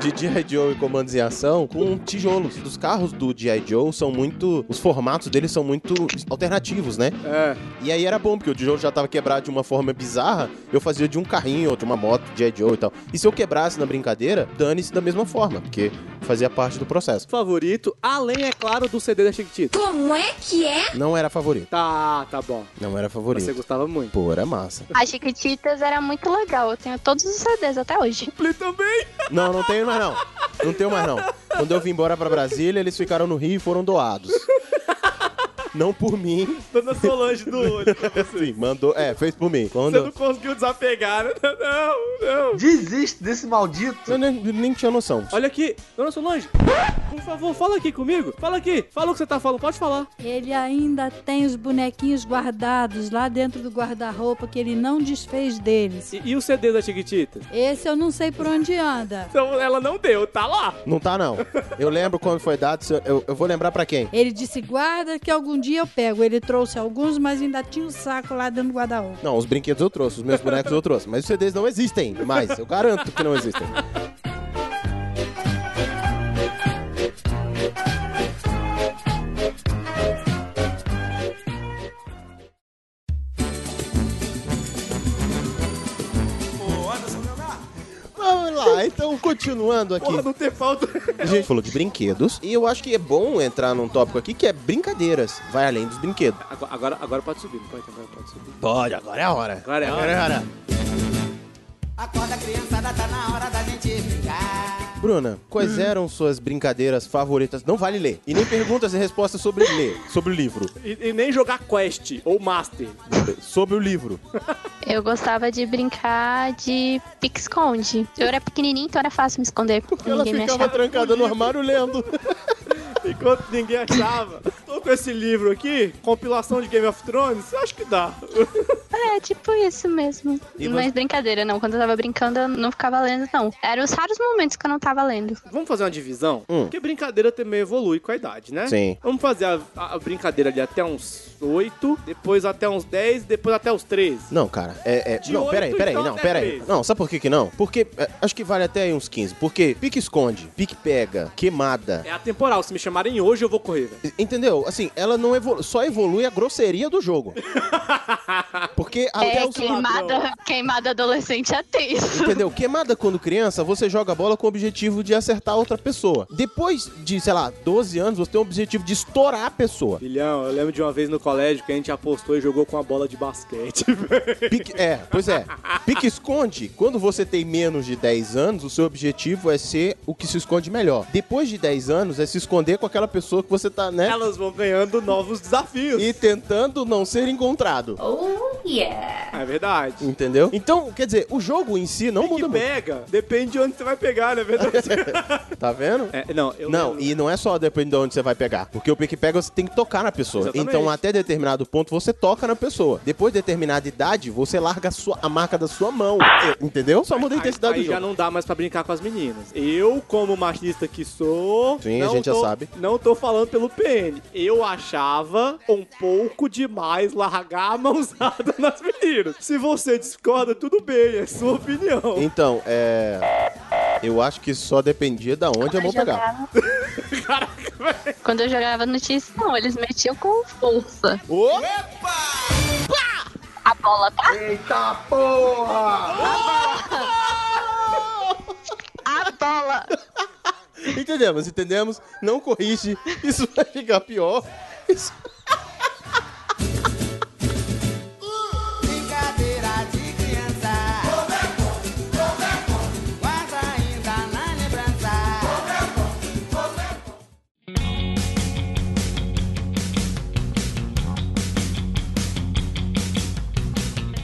De G.I. Joe e comandos em ação com tijolos. Os carros do G.I. Joe são muito. Os formatos deles são muito alternativos, né? É. E aí era bom, porque o tijolo já tava quebrado de uma forma bizarra. Eu fazia de um carrinho ou de uma moto, G.I. Joe e tal. E se eu quebrasse na brincadeira, dane-se da mesma forma, porque fazia parte do processo. Favorito, além, é claro, do CD da Chiquitita. Como é que é? Não era favorito. Tá, tá bom. Não era Mas você favorito. gostava muito. Pô, era massa. A Chiquititas era muito legal. Eu tenho todos os CDs até hoje. Play também. Não, não tenho mais não. Não tenho mais não. Quando eu vim embora pra Brasília, eles ficaram no Rio e foram doados. Não por mim, Dona Solange do olho. pra você. sim, mandou. É, fez por mim. Quando Você não eu, conseguiu desapegar, né? Não, não. Desiste desse maldito. eu nem, nem tinha noção. Olha aqui, dona Solange, por favor, fala aqui comigo. Fala aqui, fala o que você tá falando, pode falar. Ele ainda tem os bonequinhos guardados lá dentro do guarda-roupa que ele não desfez deles. E, e o CD da Chiquitita? Esse eu não sei por onde anda. Então ela não deu, tá lá. Não tá não. Eu lembro quando foi dado. se eu- Eu, eu vou lembrar pra quem. Ele disse: guarda que algum dia eu pego. Ele trouxe alguns, mas ainda tinha um saco lá dentro do guarda-roupa. Não, os brinquedos eu trouxe, os meus bonecos eu trouxe, mas os CDs não existem mais. Eu garanto que não existem. Vamos lá, então continuando aqui. Porra, não tem falta. A gente falou de brinquedos e eu acho que é bom entrar num tópico aqui que é brincadeiras. Vai além dos brinquedos. Agora, agora, agora pode subir, não pode, agora pode subir. Pode, agora é a hora. Agora é a hora. hora. Acorda, criançada, tá na hora da gente brincar. Bruna, Hum. quais eram suas brincadeiras favoritas? Não vale ler. E nem perguntas e respostas sobre ler, sobre o livro. E, e nem jogar Quest ou Master. Sobre o livro. Eu gostava de brincar de pique-esconde. Eu era pequenininha, então era fácil me esconder. Porque Ela ninguém me ficava achava. trancada no armário lendo. Enquanto ninguém achava. tô com esse livro aqui, compilação de Game of Thrones, acho que dá. É, tipo isso mesmo. E Mas você- brincadeira, não. Quando eu tava brincando, eu não ficava lendo, não. Eram os raros momentos que eu não tava lendo. Vamos fazer uma divisão? Porque brincadeira também evolui com a idade, né? Sim. Vamos fazer a, a- a brincadeira ali até uns 8, depois até uns 10, depois até uns 13. Não, cara, é. é- De não, oito, peraí, peraí, então, não, até peraí. treze. Não, sabe por que, que não? Porque é, acho que vale até aí uns 15. Porque pique esconde, pique pega, queimada. É atemporal, se me chamarem hoje eu vou correr, velho. Entendeu? Assim, ela não evolu só evolui a grosseria do jogo. Porque até É, os queimada, queimada adolescente é tenso. Entendeu? Queimada quando criança, você joga a bola com o objetivo de acertar outra pessoa. Depois de, sei lá, 12 anos, você tem o objetivo de estourar a pessoa. Bilhão, eu lembro de uma vez no colégio que a gente apostou e jogou com a bola de basquete, velho. Pique- é, pois é. Pique esconde. Quando você tem menos de 10 anos, o seu objetivo é ser o que se esconde melhor. Depois de 10 anos, é se esconder com aquela pessoa que você tá, né? Elas vão ganhando novos desafios. E tentando não ser encontrado. Oh, yeah. É verdade. Entendeu? Então, quer dizer, o jogo em si não O que muda muito. pega, depende de onde você vai pegar, né, verdade? Tá vendo? é, não, eu Não, e não é só depende de onde você vai pegar. Porque o pique-pega você tem que tocar na pessoa. Exatamente. Então, até determinado ponto, você toca na pessoa. Depois de determinada idade, você larga a, sua- a marca da sua mão. Entendeu? Só muda a Aí- intensidade aí do já jogo. não dá mais pra brincar com as meninas. Eu, como machista que sou. Sim, a não gente já tô- sabe. Não tô falando pelo PN. Eu achava um pouco demais largar a mãozada nas meninas. Se você discorda, tudo bem, é sua opinião. Então, é. Eu acho que só dependia da onde a mão pegava. Quando eu jogava notícia, não, eles metiam com força. Ô! A bola, tá? Eita porra! A bola! Entendemos, entendemos. Não corrige. Isso vai ficar pior. Isso- Brincadeira de criança. Guarda ainda na lembrança.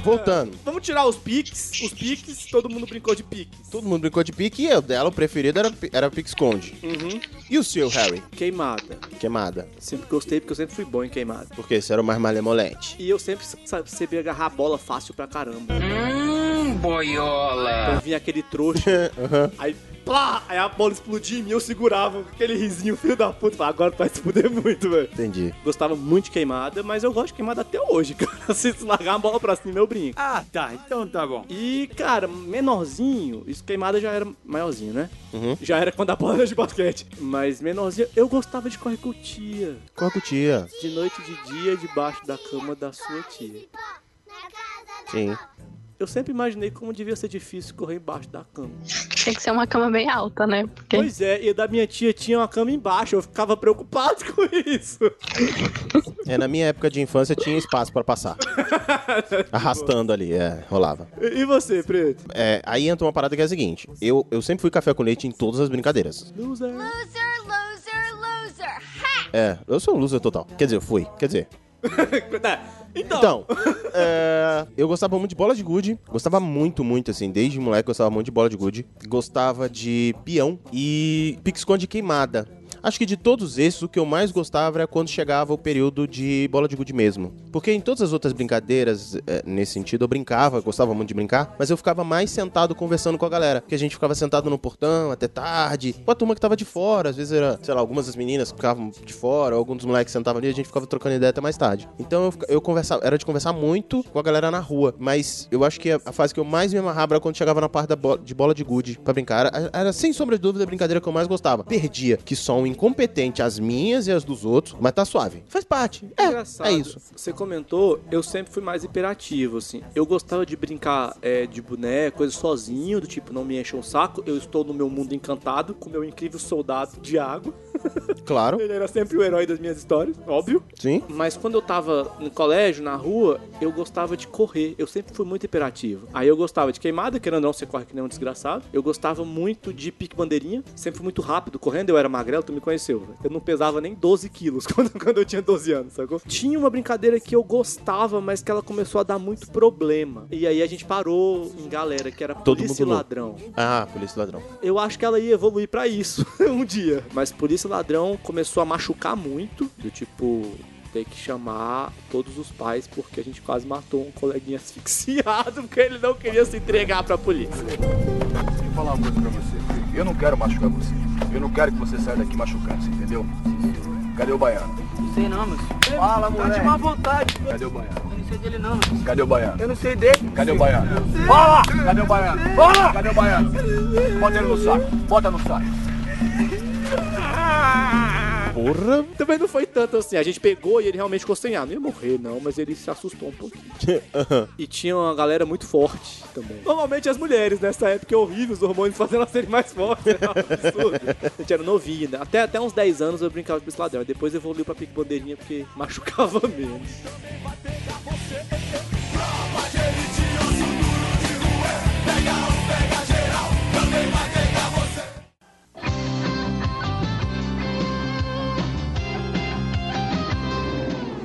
Voltando. Vamos tirar os piques. Os piques, todo mundo brincou de piques. Todo mundo brincou de pique e eu dela, o preferido era, era pique-esconde. Uhum. E o seu, Harry? Queimada. Queimada. Sempre gostei, porque eu sempre fui bom em queimada. Porque esse era o mais malemolente. E eu sempre sa- sabia agarrar a bola fácil pra caramba. Hum, boiola. Então vinha aquele trouxa, aí plá, aí a bola explodia em mim, eu segurava com aquele risinho, filho da puta. Falava, Agora tu vai se fuder muito, velho. Entendi. Gostava muito de queimada, mas eu gosto de queimada até hoje, cara. Se tu largar a bola pra cima, eu brinco. Ah, tá. Então tá bom. E, cara, menorzinho, isso queimada já era maiorzinho, né? Uhum. Já era quando a bola era de basquete. Mas menorzinho, eu gostava de correr com tia. Qual a cutia? De noite e de dia, debaixo da cama da sua tia. Sim. Eu sempre imaginei como devia ser difícil correr embaixo da cama. Tem que ser uma cama bem alta, né? Porque Pois é, e da minha tia tinha uma cama embaixo, eu ficava preocupado com isso. É, na minha época de infância tinha espaço pra passar. Arrastando ali, é, rolava. E e você, Preto? É, aí entra uma parada que é a seguinte: eu, eu sempre fui café com leite em todas as brincadeiras. Loser. Loser, loser, loser. Ha! É, eu sou um loser total. Quer dizer, eu fui. Quer dizer, Tá, Então, Então, é, eu gostava muito de bola de gude. Gostava muito, muito, assim. Desde moleque, gostava muito de bola de gude. Gostava de peão e pique-esconde queimada. Acho que de todos esses, o que eu mais gostava era quando chegava o período de bola de gude mesmo. Porque em todas as outras brincadeiras, é, nesse sentido, eu brincava, gostava muito de brincar, mas eu ficava mais sentado conversando com a galera. Porque a gente ficava sentado no portão até tarde, com a turma que tava de fora. Às vezes era, sei lá, algumas das meninas ficavam de fora, alguns dos moleques sentavam ali, a gente ficava trocando ideia até mais tarde. Então eu, fica- eu conversava, era de conversar muito com a galera na rua, mas eu acho que a, a fase que eu mais me amarrava era quando chegava na parte da bo- de bola de gude pra brincar. Era, era, sem sombra de dúvida a brincadeira que eu mais gostava. Perdia, que são incompetente as minhas e as dos outros, mas tá suave. Faz parte. É, engraçado, é isso. Você comentou, eu sempre fui mais imperativo, assim. Eu gostava de brincar é, de boneco, coisa sozinho, do tipo, não me encha o saco, eu estou no meu mundo encantado, com meu incrível soldado de água. Claro. Ele era sempre o herói das minhas histórias, óbvio. Sim. Mas quando eu tava no colégio, na rua, eu gostava de correr. Eu sempre fui muito imperativo. Aí eu gostava de queimada, querendo ou não, você corre que nem um desgraçado. Eu gostava muito de pique-bandeirinha. Sempre fui muito rápido correndo. Eu era magrelo, tu me conheceu. velho. Eu não pesava nem 12 quilos quando, quando eu tinha 12 anos, sacou? Tinha uma brincadeira que eu gostava, mas que ela começou a dar muito problema. E aí a gente parou em galera, que era Todo polícia e mundo nu. ladrão. Ah, polícia e ladrão. Eu acho que ela ia evoluir pra isso um dia. Mas polícia e ladrão Então começou a machucar muito, do tipo, ter que chamar todos os pais porque a gente quase matou um coleguinha asfixiado porque ele não queria se entregar pra polícia. Vou falar uma coisa pra você. Eu não quero machucar você. Eu não quero que você saia daqui machucado, você entendeu? Cadê o baiano? Não sei não, moço. Fala, Tá moleque. de má vontade. Cadê o baiano? Não sei dele não, moço. Cadê o baiano? Eu não sei dele. Cadê o baiano? Fala! Cadê o baiano? Fala! Cadê o baiano? Bota ele no saco. Bota no saco. Porra! Também não foi tanto assim. A gente pegou e ele realmente ficou sem ar. Não ia morrer, não, mas ele se assustou um pouquinho. E tinha uma galera muito forte também. Normalmente as mulheres nessa época é horrível, os hormônios fazendo elas serem mais fortes. Era um absurdo. A gente era novinho, né? Até, até uns 10 anos eu brincava de pistoladão. Aí Depois evoluiu pra pique bandeirinha porque machucava menos.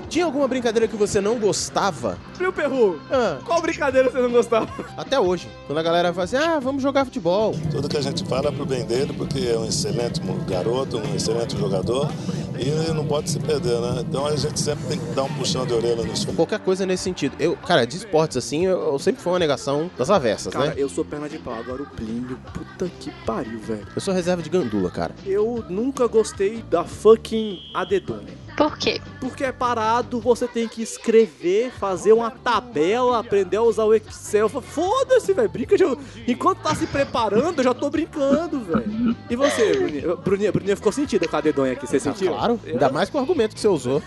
Tinha alguma brincadeira que você não gostava? Ah, Viu, Perru? Qual brincadeira você não gostava? Até hoje. Quando a galera fala assim, ah, vamos jogar futebol. Tudo que a gente fala é pro bem dele, porque é um excelente mo- garoto, um excelente jogador e ele não pode se perder, né? Então a gente sempre tem que dar um puxão de orelha nos filhos. Qualquer coisa nesse sentido. Eu, cara, de esportes assim, eu, eu sempre fui uma negação das avessas, Cara, né? eu sou perna de pau. Agora o Plínio, puta que pariu, velho. Eu sou reserva de gandula, cara. Eu nunca gostei da fucking adedônia. Por quê? Porque é parado, você tem que escrever, fazer uma tabela, aprender a usar o Excel. Foda-se, velho. Brinca de. Enquanto tá se preparando, eu já tô brincando, velho. E você, Bruninha? Bruninha, Bruninha ficou sentida com a dedonha aqui, você sentiu? Claro, ainda mais com o argumento que você usou.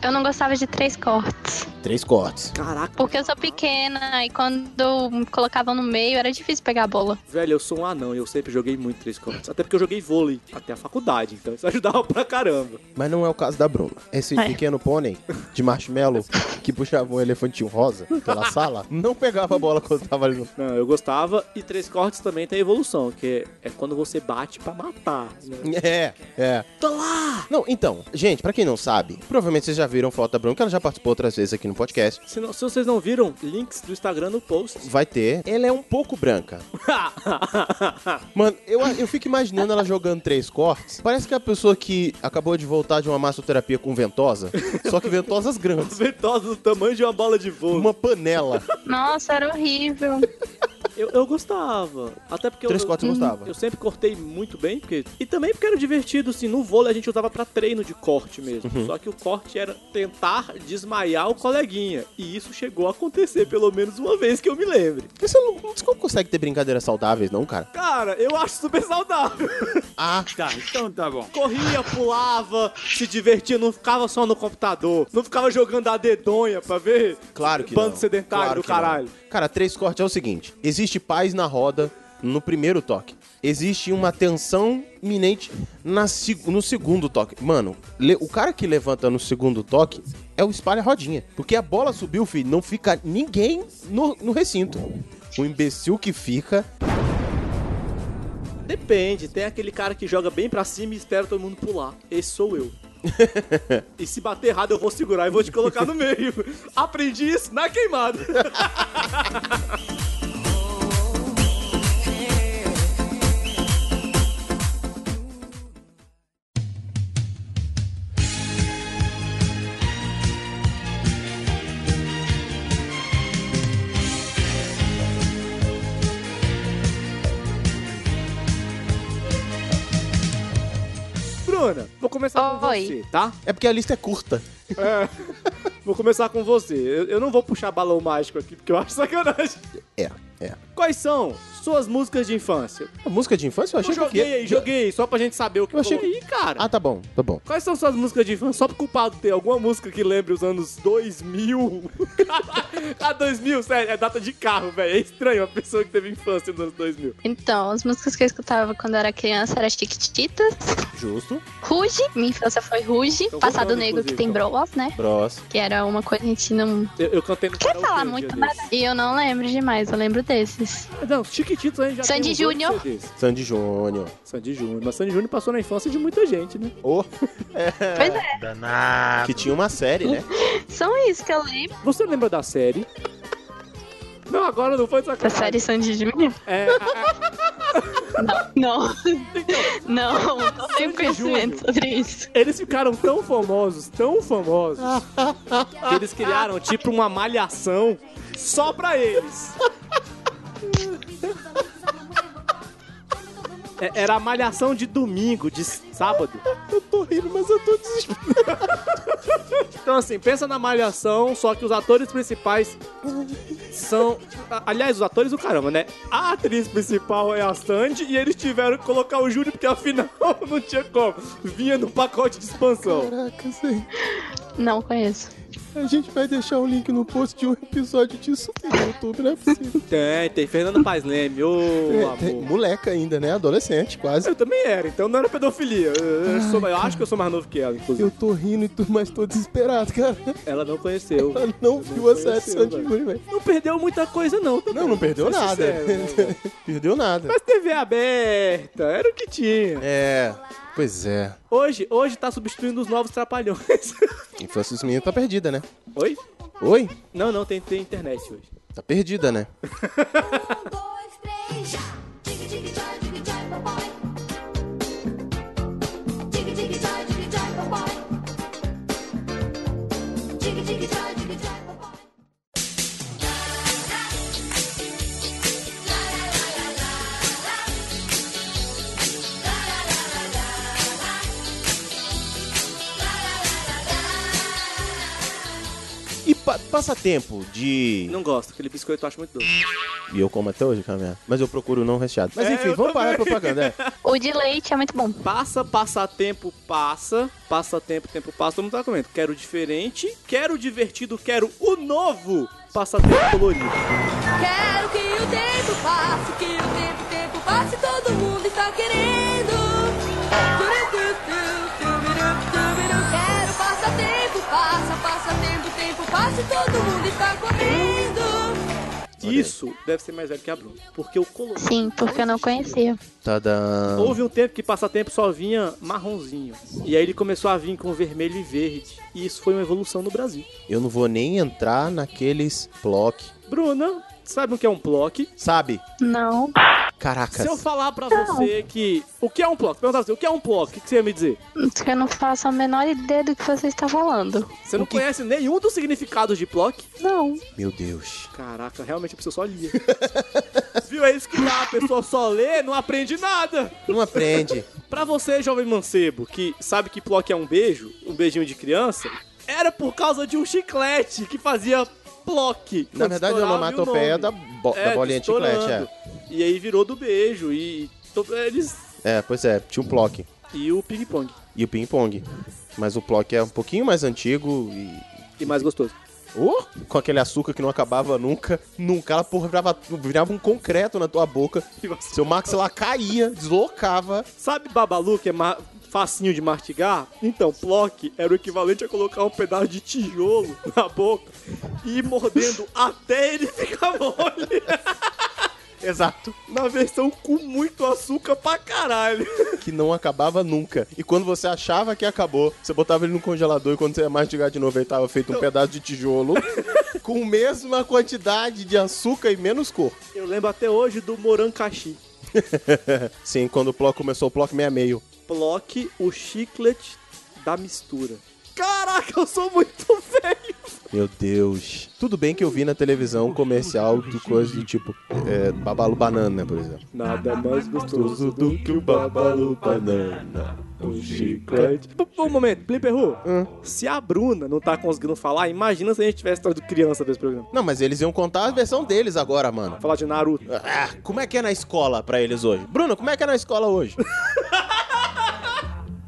Eu não gostava de três cortes. Três cortes. Caraca. Porque eu sou pequena e quando me colocavam no meio era difícil pegar a bola. Velho, eu sou um anão, eu sempre joguei muito três cortes. Até porque eu joguei vôlei até a faculdade, então isso ajudava pra caramba. Mas não é o caso da Bruna. Esse É. pequeno pônei de marshmallow que puxava um elefantinho rosa pela sala não pegava a bola quando tava ali no. Não, eu gostava. E três cortes também tem evolução, que é quando você bate pra matar. Né? É, é. Tô lá! Não, então, gente, pra quem não sabe, provavelmente vocês já viram foto da Bruna, que ela já participou outras vezes aqui no podcast. Se, não- se vocês não viram, links do Instagram no post. Vai ter. Ela é um pouco branca. Mano, eu, eu fico imaginando ela jogando três cortes. Parece que é a pessoa que acabou de voltar de uma massoterapia com ventosa, só que ventosas grandes. Ventosas do tamanho de uma bola de vôlei. Uma panela. Nossa, era horrível. Eu, eu gostava. Até porque Três eu, cortes eu eu gostava. Eu sempre cortei muito bem, porque. E também porque era divertido, assim, no vôlei a gente usava pra treino de corte mesmo. Uhum. Só que o corte era tentar desmaiar o coleguinha. E isso chegou a acontecer pelo menos uma vez que eu me lembre. Você não, você não consegue ter brincadeiras saudáveis, não, cara? Cara, eu acho super saudável. Ah, tá, então tá bom. Corria, pulava, se divertia, não ficava só no computador. Não ficava jogando a dedonha pra ver Claro que bando não. sedentário Claro do que não. caralho. Cara, três cortes é o seguinte: existe paz na roda no primeiro toque. Existe uma tensão iminente na seg- no segundo toque. Mano, le- o cara que levanta no segundo toque é o espalha-rodinha. Porque a bola subiu, filho, não fica ninguém no, no recinto. O imbecil que fica. Depende, tem aquele cara que joga bem pra cima e espera todo mundo pular. Esse sou eu. e se bater errado, eu vou segurar e vou te colocar no meio. Aprendi isso na queimada. Bruna, vou começar com Oi. você, tá? É porque a lista é curta. É. Vou começar com você. Eu, eu não vou puxar balão mágico aqui, porque eu acho sacanagem. É, é. Quais são suas músicas de infância? A música de infância eu achei Eu que joguei aí, joguei, só pra gente saber o que Eu achei coloquei. Ih, cara. Ah, tá bom, tá bom. Quais são suas músicas de infância? Só pro culpado ter alguma música que lembre os anos 2000. ah, 2000, sério, é data de carro, velho. É estranho uma pessoa que teve infância nos anos 2000. Então, as músicas que eu escutava quando eu era criança eram Chiquititas, Justo. Ruge, minha infância foi Ruge, vou Passado falando, Negro que inclusive, tem então. É Broas, né? Bros. Que era uma coisa que a gente não Eu, eu cantei no quer karaokê falar um muito, dia mas... desses. E eu não lembro demais, eu lembro desses. Não, Chiquititos a gente já Sandy tem um uns Júnior. outros CDs. Sandy Júnior. Sandy Júnior. Mas Sandy Júnior passou na infância de muita gente, né? Oh, Pois é, que tinha uma série, né? são isso que eu lembro. Você lembra da série? Não, agora não foi Da sacanagem. série Sandy Júnior. É, a- Não, Então, não, não tenho conhecimento sobre isso. Eles ficaram tão famosos, tão famosos, que eles criaram tipo uma malhação só pra eles. É- Era a malhação de domingo, de s- sábado. Eu tô rindo, mas eu tô desesperado. Então, assim, pensa na malhação, só que os atores principais são. a- Aliás, os atores do caramba, né? A atriz principal é a Sandy e eles tiveram que colocar o Júlio, porque afinal não tinha como. Vinha no pacote de expansão. Caraca, sim. Não conheço. A gente vai deixar o link no post de um episódio disso no YouTube, não é possível. Tem, tem Fernando Paz Leme, ô É, tem- amor. moleca ainda, né? Adolescente, quase. Eu também era, então não era pedofilia. Eu, eu sou- eu acho que eu sou mais novo que ela, inclusive. Eu tô rindo, e tu- mas tô desesperado, cara. Ela não conheceu. Ela não viu a série conheceu, Sandy velho. Júnior, velho. é, Não perdeu muita coisa, não. Não, não perdeu Pra ser nada. sincero, não. perdeu nada. Mas TV aberta, era o que tinha. É, pois é. Hoje, hoje tá substituindo os novos trapalhões. Infância dos meninos tá perdida, né? Oi? Oi? Não, não, tem, tem internet hoje. Tá perdida, né? E pa passatempo de. Não gosto, aquele biscoito eu acho muito doce. E eu como até hoje, caminhar. Mas eu procuro não recheado. Mas É, enfim, eu vamos parar a também. propaganda. É. O de leite é muito bom. Passa, passatempo, passa. Passatempo, tempo, passa. Todo mundo tá comendo. Quero o diferente, quero o divertido, quero o novo passatempo colorido. Quero que o tempo passe, que o tempo, tempo passe, todo mundo está querendo. Quero passa tempo, passa, passa tempo, tempo passe, todo mundo está correndo. Isso deve ser mais velho que a Bruna. Porque o colorido. Sim, porque eu não conhecia. Tá dando. Houve um tempo que passatempo só vinha marronzinho. E aí ele começou a vir com vermelho e verde. E isso foi uma evolução no Brasil. Eu não vou nem entrar naqueles block. Bruna, sabe o que é um block? Sabe? Não. Caraca. Se eu falar pra você que. O que é um bloco? Perguntar pra você, o que é um bloco? O que que você ia me dizer? Porque eu não faço a menor ideia do que você está falando. Você não conhece nenhum dos significados de bloco? Não. Meu Deus. Caraca, realmente a pessoa só lia. Viu? É isso que dá, a pessoa só lê, não aprende nada. Não aprende. pra você, jovem mancebo, que sabe que plock é um beijo, um beijinho de criança, era por causa de um chiclete que fazia plock. Na verdade, a onomatopeia é da, bo- da bolinha de chiclete, é. É, E aí virou do beijo e... to- Eles... É, pois é, tinha um block. E o ping-pong. E o ping-pong. Mas o block é um pouquinho mais antigo e. E mais gostoso. Oh, com aquele açúcar que não acabava nunca, nunca. Ela porra virava, virava um concreto na tua boca. Seu maxilar caía, deslocava. Sabe Babalu, que é ma- facinho de mastigar? Então, Plock era o equivalente a colocar um pedaço de tijolo na boca e ir mordendo até ele ficar mole. Exato. Na versão com muito açúcar pra caralho. que não acabava nunca. E quando você achava que acabou, você botava ele no congelador e quando você ia mastigar de novo, ele tava feito um pedaço de tijolo com a mesma quantidade de açúcar e menos cor. Eu lembro até hoje do Morancaxi. Sim, quando o Plock começou, o Plock meia meio. Plock, o chiclete da mistura. Caraca, eu sou muito velho. Meu Deus. Tudo bem que eu vi na televisão comercial de coisa do tipo é, Babalu Banana, por exemplo. Nada mais gostoso do que o Babalu Banana. Um chiclete. Um momento, Flipper Who, se a Bruna não tá conseguindo falar, imagina se a gente tivesse trazido criança pra esse programa. Não, mas eles iam contar a versão deles agora, mano. Falar de Naruto. Ah, como é que é na escola pra eles hoje? Bruno, como é que é na escola hoje?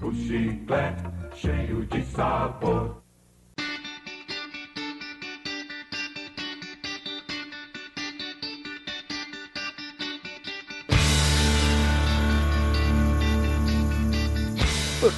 O chiclete cheio de sabor.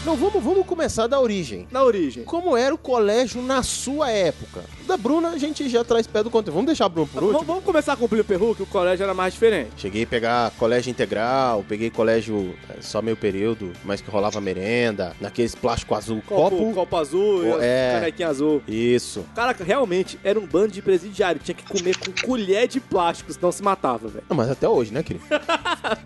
Não, vamos, vamos começar da origem. Da origem. Como era o colégio na sua época? Da Bruna, a gente já traz pé do conteúdo. Vamos deixar a Bruna por Vamos, último? vamos começar com o Flipper Who, que o colégio era mais diferente. Cheguei a pegar colégio integral, peguei colégio é, só meio período, mas que rolava merenda, naqueles plástico azul, copo. copo, azul, Co- é. canequinha azul. Isso. Caraca, realmente, era um bando de presidiário. Tinha que comer com colher de plástico, senão se matava, velho. Não, mas até hoje, né, querido?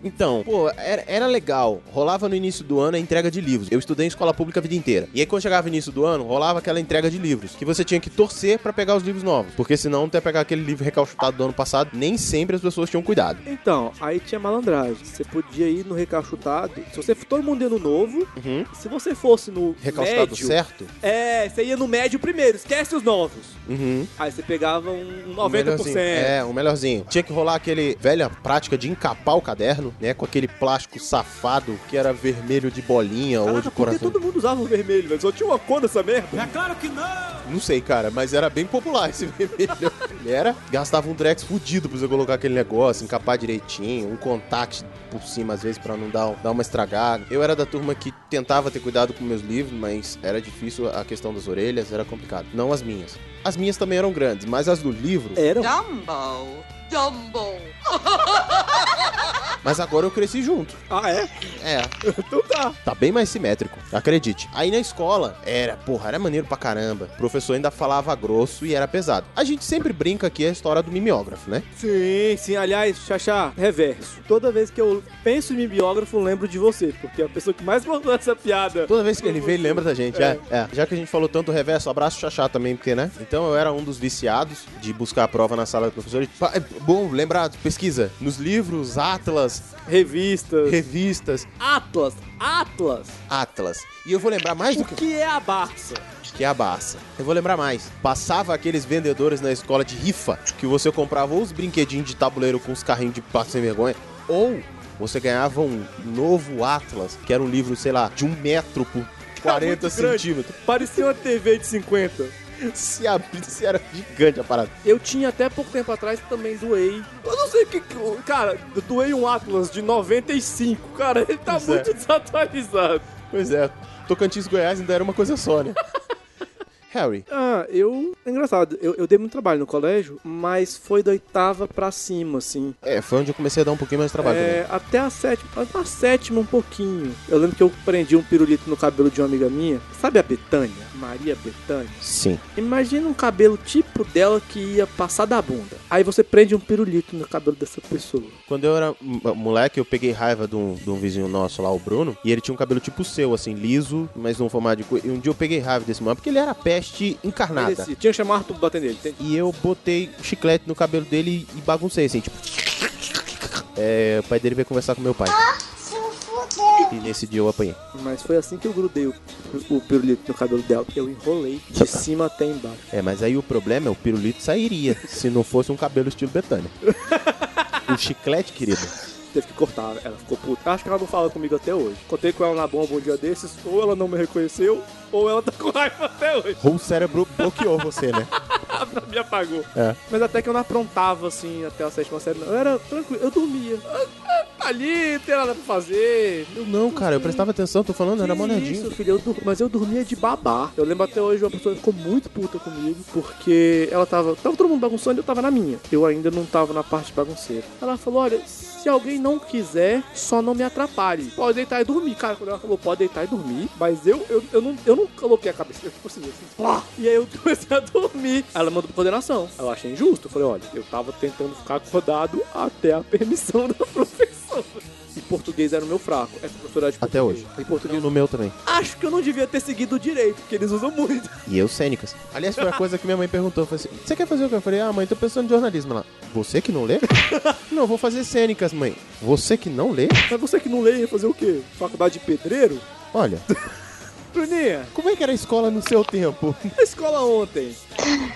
Então, pô, era, era legal. Rolava no início do ano a entrega de livros. Eu estudei em escola pública a vida inteira. E aí, quando chegava no início do ano, rolava aquela entrega de livros. Que você tinha que torcer pra pegar os livros novos. Porque senão, até pegar aquele livro recalchutado do ano passado, nem sempre as pessoas tinham cuidado. Então, aí tinha malandragem. Você podia ir no recalchutado. Se você todo mundo ia no novo, se você fosse no Uhum. Recalchutado médio, certo? É, você ia no médio primeiro, esquece os novos. Uhum. Aí você pegava um O 90%. melhorzinho. É, o melhorzinho. Tinha que rolar aquele velha prática de encapar o caderno, né? Com aquele plástico safado que era vermelho de bolinha ou de coração. Todo mundo usava o vermelho, velho. Só tinha uma cor dessa merda. É claro que não! Não sei, cara, mas era bem popular esse vermelho. Ele era, gastava um Drex fudido pra você colocar aquele negócio, encapar direitinho, um contact por cima às vezes pra não dar, um, dar uma estragada. Eu era da turma que tentava ter cuidado com meus livros, mas era difícil a questão das orelhas, era complicado. Não as minhas. As minhas também eram grandes, mas as do livro eram. Dumbo. Dumbo. Mas agora eu cresci junto. Ah, é? É. então tá. Tá bem mais simétrico, acredite. Aí na escola, era, porra, era maneiro pra caramba. O professor ainda falava grosso e era pesado. A gente sempre brinca aqui a história do mimeógrafo, né? Sim, sim. Aliás, Xaxá, reverso. Toda vez que eu penso em biógrafo, lembro de você, porque é a pessoa que mais mandou essa piada. Toda vez que ele vê, ele lembra da gente, é. é. Já que a gente falou tanto do reverso, abraço Xaxá também, porque, né? Então eu era um dos viciados de buscar a prova na sala do professor. E, pá, é bom, lembrado, pesquisa. Nos livros, atlas. Revistas. Revistas. Atlas, Atlas. Atlas. E eu vou lembrar mais do O que é a Barça? que é a Barça. Eu vou lembrar mais. Passava aqueles vendedores na escola de rifa que você comprava ou os brinquedinhos de tabuleiro com os carrinhos de pato sem vergonha, ou você ganhava um novo Atlas, que era um livro, sei lá, de um metro por 40 Muito grande. centímetros. Parecia uma TV de 50. Se abrir, se era gigante a parada. Eu tinha até pouco tempo atrás também doei. Eu não sei o que. que- Cara, eu doei um Atlas de 95. Cara, ele tá Pois é. muito desatualizado. Pois é, Tocantins e Goiás ainda era uma coisa só, né? Harry, Ah, eu. É engraçado, eu, eu dei muito trabalho no colégio, mas foi da oitava pra cima, assim. é, foi onde eu comecei a dar um pouquinho mais de trabalho. É, até a sétima, mas na sétima um pouquinho. Eu lembro que eu prendi um pirulito no cabelo de uma amiga minha. Sabe a Betânia? Maria Betânia? Sim. Imagina um cabelo tipo dela que ia passar da bunda. Aí você prende um pirulito no cabelo dessa pessoa. Quando eu era m- moleque, eu peguei raiva de um, de um vizinho nosso lá, o Bruno, e ele tinha um cabelo tipo o seu, assim, liso, mas num formato de... co- E um dia eu peguei raiva desse mano, porque ele era peste encarnada. Mas esse- Tinha que chamar Arthur pra bater nele. Tem... E eu botei o chiclete no cabelo dele e baguncei, assim, tipo... É, o pai dele veio conversar com meu pai. E nesse dia eu apanhei. Mas foi assim que eu grudei o, o pirulito no cabelo dela. Eu enrolei de cima até embaixo. É, mas aí o problema é o pirulito sairia, se não fosse um cabelo estilo Betânia. o chiclete, querido. Teve que cortar, ela ficou puta. Acho que ela não fala comigo até hoje. Contei com ela na bomba um dia desses, ou ela não me reconheceu, ou ela tá com raiva até hoje. Ou o cérebro bloqueou você, né? me apagou. É. Mas até que eu não aprontava, assim, até a sétima série. não. Eu era tranquilo, eu dormia. Ah, ah, tá Ali, não tem nada pra fazer. Eu não, cara, eu prestava atenção, tô falando, era monadinho. Isso, filho, eu dur- mas eu dormia de babá. Eu lembro até hoje uma pessoa ficou muito puta comigo, porque ela tava. Tava todo mundo bagunçando e eu tava na minha. Eu ainda não tava na parte bagunceira. Ela falou: olha, se alguém não quiser, só não me atrapalhe. Pode deitar e dormir. Cara, quando ela falou, pode deitar e dormir, mas eu, eu, eu, não, eu não coloquei a cabeça. Eu consegui assim, plá! E aí eu comecei a dormir. Ela mandou pra coordenação. Eu achei injusto. Eu falei, olha, eu tava tentando ficar acordado até a permissão da professora. E português era o meu fraco. Essa professora era de Até hoje. Em português. No meu também. Acho que eu não devia ter seguido direito, porque eles usam muito. E eu, cênicas. Aliás, foi a coisa que minha mãe perguntou. eu falei assim, você quer fazer o quê? Eu falei, ah, mãe, tô pensando em jornalismo. Ela, você que não lê? não, eu vou fazer cênicas, mãe. Você que não lê? Mas você que não lê ia fazer o quê? Faculdade de pedreiro? Olha, Bruninha, como é que era a escola no seu tempo? a escola ontem.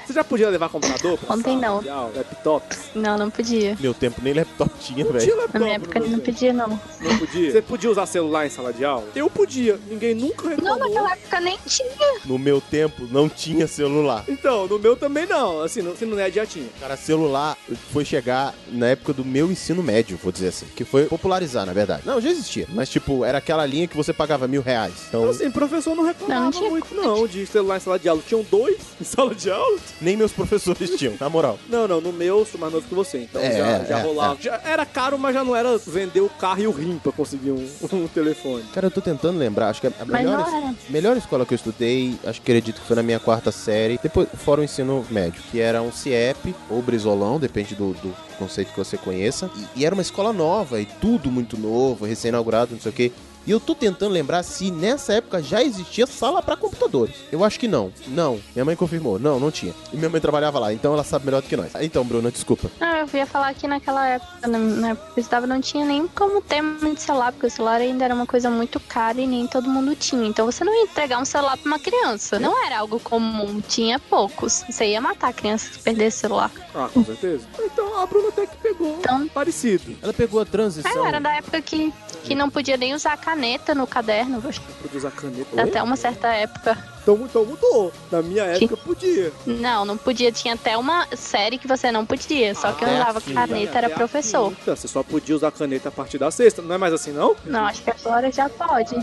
Você já podia levar computador? pra Ontem sala, não. mundial, Laptops? Não, não podia. Meu tempo nem laptop tinha, Tinha velho. Na laptop, minha época ele não Bruninha? podia, não. Não podia? Você podia usar celular em sala de aula? Eu podia. Ninguém nunca Não, reclamou. naquela época nem tinha. No meu tempo não tinha celular. Então, no meu também não. Assim, no, se não é, já tinha. Cara, celular foi chegar na época do meu ensino médio, vou dizer assim. Que foi popularizar, na verdade. Não, já existia. Mas, tipo, era aquela linha que você pagava mil reais. Então, Assim, pessoas não reclamavam muito, não, de celular em sala de aula. Tinham dois em sala de aula? Nem meus professores tinham, na moral. Não, não, no meu eu sou mais novo que você, então É, já, é, já é, rolava. é. Já era caro, mas já não era vender o carro e o rim pra conseguir um, um telefone. Cara, eu tô tentando lembrar, acho que é a Mas melhor, não era. melhor escola que eu estudei, acho que acredito que foi na minha quarta série, depois fora o ensino médio, que era um CIEP ou Brizolão, depende do, do conceito que você conheça, e, e era uma escola nova, e tudo muito novo, recém-inaugurado, não sei o quê. E eu tô tentando lembrar se nessa época já existia sala pra computadores. Eu acho que não. Não. Minha mãe confirmou. Não, não tinha. E minha mãe trabalhava lá, então ela sabe melhor do que nós. Então, Bruna, desculpa. Não, Ah, eu ia falar que naquela época, na- na época que eu estava, não tinha nem como ter muito celular, porque o celular ainda era uma coisa muito cara e nem todo mundo tinha. Então você não ia entregar um celular pra uma criança. Não era algo comum, tinha poucos. Você ia matar a criança se perdesse o celular. Ah, com certeza. Então a Bruna até que pegou Então. parecido. Ela pegou a Ah, transição. eu era da época que, que não podia nem usar caneta no caderno, acho que Podia usar caneta. até uma certa época. Então, então mudou. Na minha época podia. Não, não podia. Tinha até uma série que você não podia, só que eu Até usava a quinta, caneta, era Ah, até a professor. quinta. Você só podia usar caneta a partir da sexta, não é mais assim, não? Não, acho que agora já pode.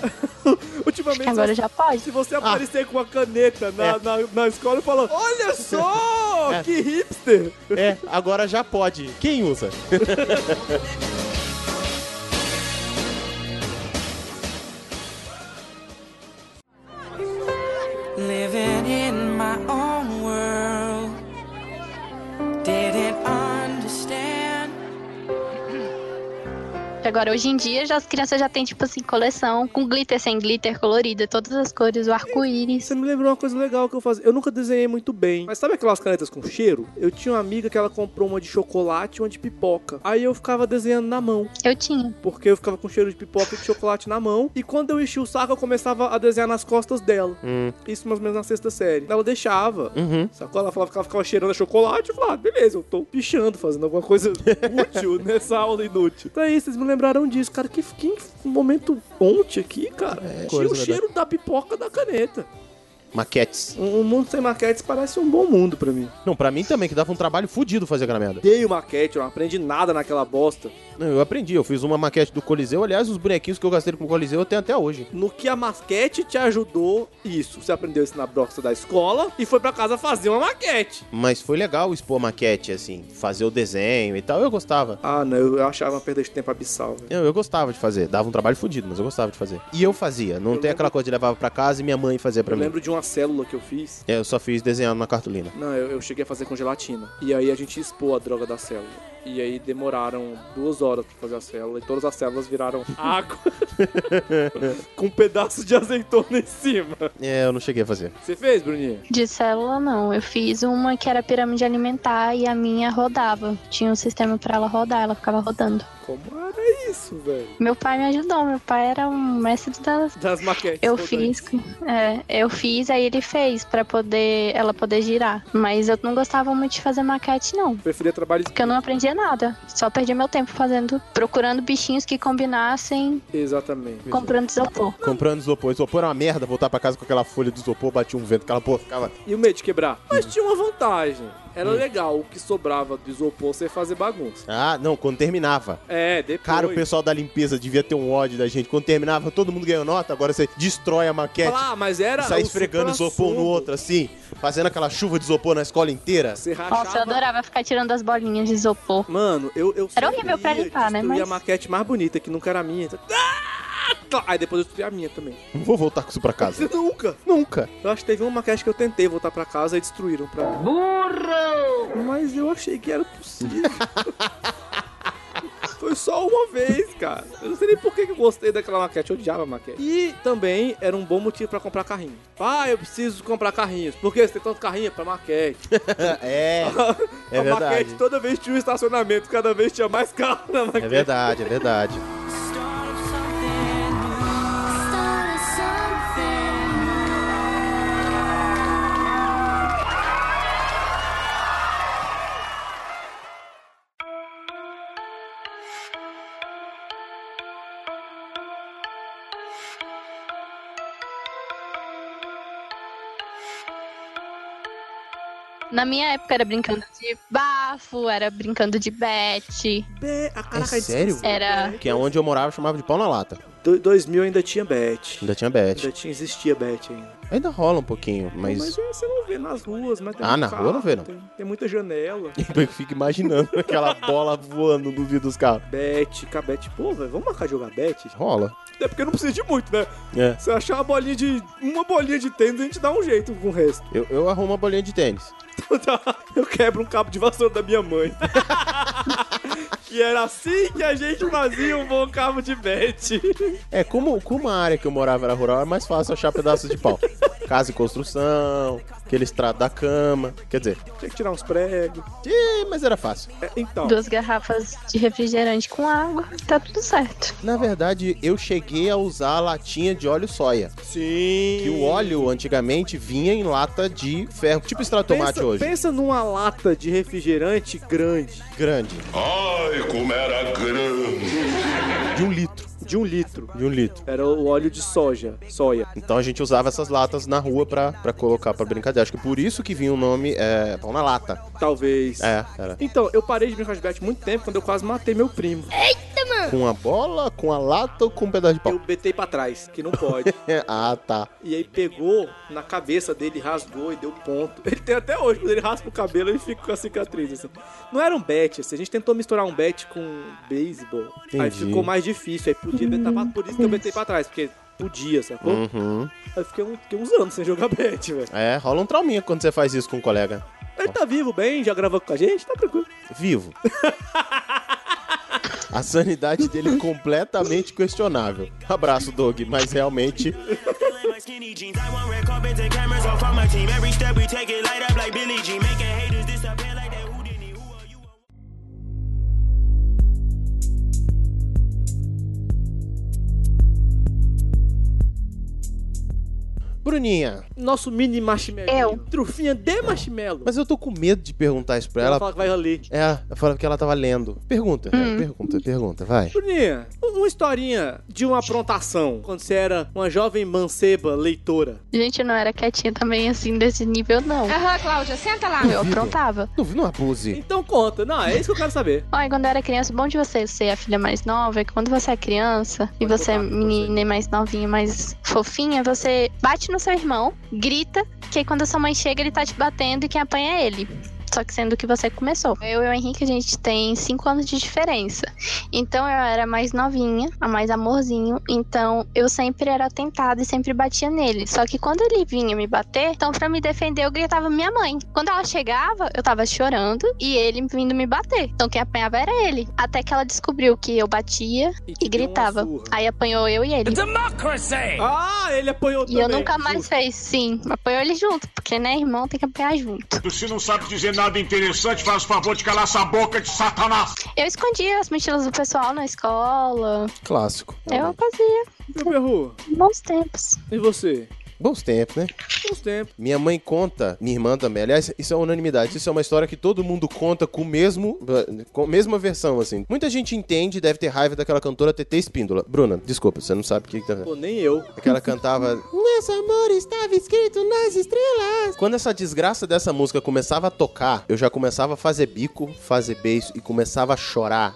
Ultimamente. Agora já pode. Se você aparecer com uma caneta na, na, na escola e falar: Olha só, É. que hipster! É, agora já pode. Quem usa? Living in my own world. Didn't understand. Agora, hoje em dia, já, as crianças já têm, tipo assim, coleção com glitter, sem glitter, colorida, todas as cores, o arco-íris. Você me lembrou uma coisa legal que eu fazia. Eu nunca desenhei muito bem. Mas sabe aquelas canetas com cheiro? Eu tinha uma amiga que ela comprou uma de chocolate e uma de pipoca. Aí eu ficava desenhando na mão. Eu tinha. Porque eu ficava com cheiro de pipoca e de chocolate na mão. E quando eu enchia o saco, eu começava a desenhar nas costas dela. Hum. Isso mais ou menos na sexta série. Ela deixava. Uhum. Sacou? Ela falava que ela ficava cheirando a chocolate. Eu falava, ah, beleza, eu tô pichando, fazendo alguma coisa útil nessa aula inútil. Então é isso, vocês me lembraram disso. Cara, que, que momento ponte aqui, cara. Tinha É, coisa, o cheiro da pipoca da caneta. Maquetes. Um um mundo sem maquetes parece um bom mundo pra mim. Não, pra mim também, que dava um trabalho fudido fazer aquela merda. Odeio maquete, eu não aprendi nada naquela bosta. Não, eu aprendi, eu fiz uma maquete do Coliseu. Aliás, os bonequinhos que eu gastei com o Coliseu eu tenho até hoje. No que a maquete te ajudou, isso. Você aprendeu isso na broxa da escola e foi pra casa fazer uma maquete. Mas foi legal expor maquete, assim, fazer o desenho e tal, eu gostava. Ah, não, eu achava uma perda de tempo abissal, Eu, eu gostava de fazer, dava um trabalho fudido, mas eu gostava de fazer. E eu fazia, não tem aquela coisa de levar pra casa e minha mãe fazia pra Eu mim. lembro de uma célula que eu fiz. É, Eu só fiz desenhando na cartolina. Não, eu, eu cheguei a fazer com gelatina. E aí a gente expôs a droga da célula. E aí demoraram duas horas pra fazer a célula e todas as células viraram água com um pedaço de azeitona em cima. é, eu não cheguei a fazer. Você fez, Bruninha? De célula, não. Eu fiz uma que era pirâmide alimentar e a minha rodava. Tinha um sistema pra ela rodar, ela ficava rodando. Como era isso, velho? Meu pai me ajudou, meu pai era um mestre das. Das maquetes. Eu rodantes. fiz, é, eu fiz, aí ele fez pra poder ela poder girar. Mas eu não gostava muito de fazer maquete, não. Preferia trabalhos. Porque eu não aprendia nada. Só perdi meu tempo fazendo, procurando bichinhos que combinassem, Exatamente. comprando isopor. Comprando isopor. Isopor era uma merda, voltar pra casa com aquela folha de isopor, batia um vento, aquela porra ficava. E o medo de quebrar? Mas tinha uma vantagem. Era legal o que sobrava do isopor você fazer bagunça. Ah, não, quando terminava. É, depois. Cara, o pessoal da limpeza devia ter um ódio da gente. Quando terminava, todo mundo ganhou nota, agora você destrói a maquete. Ah, mas era. sai o esfregando isopor supra-assunto. no outro, assim, fazendo aquela chuva de isopor na escola inteira. Você Nossa, eu adorava ficar tirando as bolinhas de isopor. Mano, eu. eu Era horrível pra sabia limpar, né, destruir a mas- maquete mais bonita, que nunca era a minha. Ah, tá. Aí depois eu destruí a minha também. Não vou voltar com isso pra casa. Nunca. Nunca. Eu acho que teve uma maquete que eu tentei voltar pra casa e destruíram pra mim. Burro! Mas eu achei que era possível. Foi só uma vez, cara. Eu não sei nem por que que eu gostei daquela maquete. Eu odiava a maquete. E também era um bom motivo pra comprar carrinho. Ah, eu preciso comprar carrinhos. Por que você tem tanto carrinho? Pra maquete. é. É a verdade. maquete toda vez tinha um estacionamento, cada vez tinha mais carro na maquete. É verdade, é verdade. Na minha época era brincando de bafo, era brincando de bete. É sério? Era. Que é onde eu morava, eu chamava de pau na lata. né? Do, 2000 ainda tinha bet. Ainda tinha bet. Ainda tinha, existia bet ainda. Ainda rola um pouquinho, mas... Mas é, você não vê nas ruas, mas tem Ah, muito na rua carro, não vê, não. Tem, tem muita janela. Eu fico imaginando aquela bola voando no vidro dos carros. Bet, cabete. Pô, velho, vamos marcar de jogar bet? Rola. É porque não precisa de muito, né? É. Você achar uma bolinha de. uma bolinha de tênis, a gente dá um jeito com o resto. Eu, eu arrumo uma bolinha de tênis. Eu quebro um cabo de vassoura da minha mãe. e era assim que a gente fazia um bom cabo de bet. É, como, como a área que eu morava era rural, é mais fácil achar pedaços de pau. Casa e construção, aquele estrado da cama. Quer dizer, Tinha que tirar uns pregos. Ih, mas era fácil. então. Duas garrafas de refrigerante com água, tá tudo certo. Na verdade, eu cheguei a usar a latinha de óleo soia. Sim. Que o óleo antigamente vinha em lata de ferro, tipo extrato de tomate pensa, hoje. Pensa numa lata de refrigerante grande. Grande. Ai, como era grande. De um litro. De um litro. De um litro. Era o óleo de soja, soia. Então a gente usava essas latas na rua pra, pra colocar pra brincadeira. Acho que por isso que vinha o nome é, pão na lata. Talvez. É, era. Então, eu parei de brincar de bet muito tempo quando eu quase matei meu primo. Eita, mano! Com a bola, com a lata ou com um pedaço de pau? Eu betei pra trás, que não pode. ah, tá. E aí pegou na cabeça dele, rasgou e deu ponto. Ele tem até hoje, quando ele raspa o cabelo, ele fica com a cicatriz, assim. Não era um bet, assim. A gente tentou misturar um bet com beisebol. Aí Entendi. ficou mais difícil. Aí podia betar pra... Por isso que eu betei pra trás, porque podia, sacou? Uhum. Aí eu fiquei, um- fiquei uns anos sem jogar bet, velho. É, rola um trauminha quando você faz isso com um colega. Ele tá vivo bem, já gravou com a gente, tá tranquilo. Vivo. A sanidade dele é completamente questionável. Abraço, Doug, mas realmente. Bruninha, Nosso mini marshmallow. Eu. Trufinha de marshmallow. mas eu tô com medo de perguntar isso pra Ela ela. fala que vai ler. É, eu falo que ela tava lendo. Pergunta, né? pergunta, pergunta, vai. Bruninha, uma historinha de uma aprontação quando você era uma jovem manceba leitora. Gente, eu não era quietinha também assim desse nível, não. Aham, Cláudia, senta lá. Eu aprontava. Não vi, não abuse. Então conta, não, é isso que eu quero saber. Olha, quando eu era criança, o bom de você ser a filha mais nova é que quando você é criança e você é menina e mais novinha, mais fofinha, você bate no seu irmão, grita, que aí quando a sua mãe chega, ele tá te batendo e quem apanha é ele. Só que sendo que você começou. Eu e o Henrique, a gente tem 5 anos de diferença. Então eu era mais novinha, a mais amorzinho. Então eu sempre era tentada e sempre batia nele. Só que quando ele vinha me bater, então pra me defender eu gritava minha mãe. Quando ela chegava, eu tava chorando e ele vindo me bater. Então quem apanhava era ele. Até que ela descobriu que eu batia e, gritava. Aí apanhou eu e ele. Democracy! Ah, ele apanhou E eu também. nunca mais fez, sim. Apanhou ele junto, porque né, irmão, tem que apanhar junto. Se não sabe dizer nada interessante, faz o favor de calar essa boca de satanás. Eu escondia as mochilas do pessoal na escola. Clássico. Eu fazia. Meu perru. Bons tempos. E você? Bons tempos, né? Uns tempos. Minha mãe conta, minha irmã também. Aliás, isso é unanimidade. Isso é uma história que todo mundo conta com o mesmo, com a mesma versão, assim. Muita gente entende, deve ter raiva daquela cantora TT Espíndola. Bruna, desculpa, você não sabe o que que tá Pô, nem eu. É que ela cantava. Nosso amor estava escrito nas estrelas. Quando essa desgraça dessa música começava a tocar, eu já começava a fazer bico, fazer beijo e começava a chorar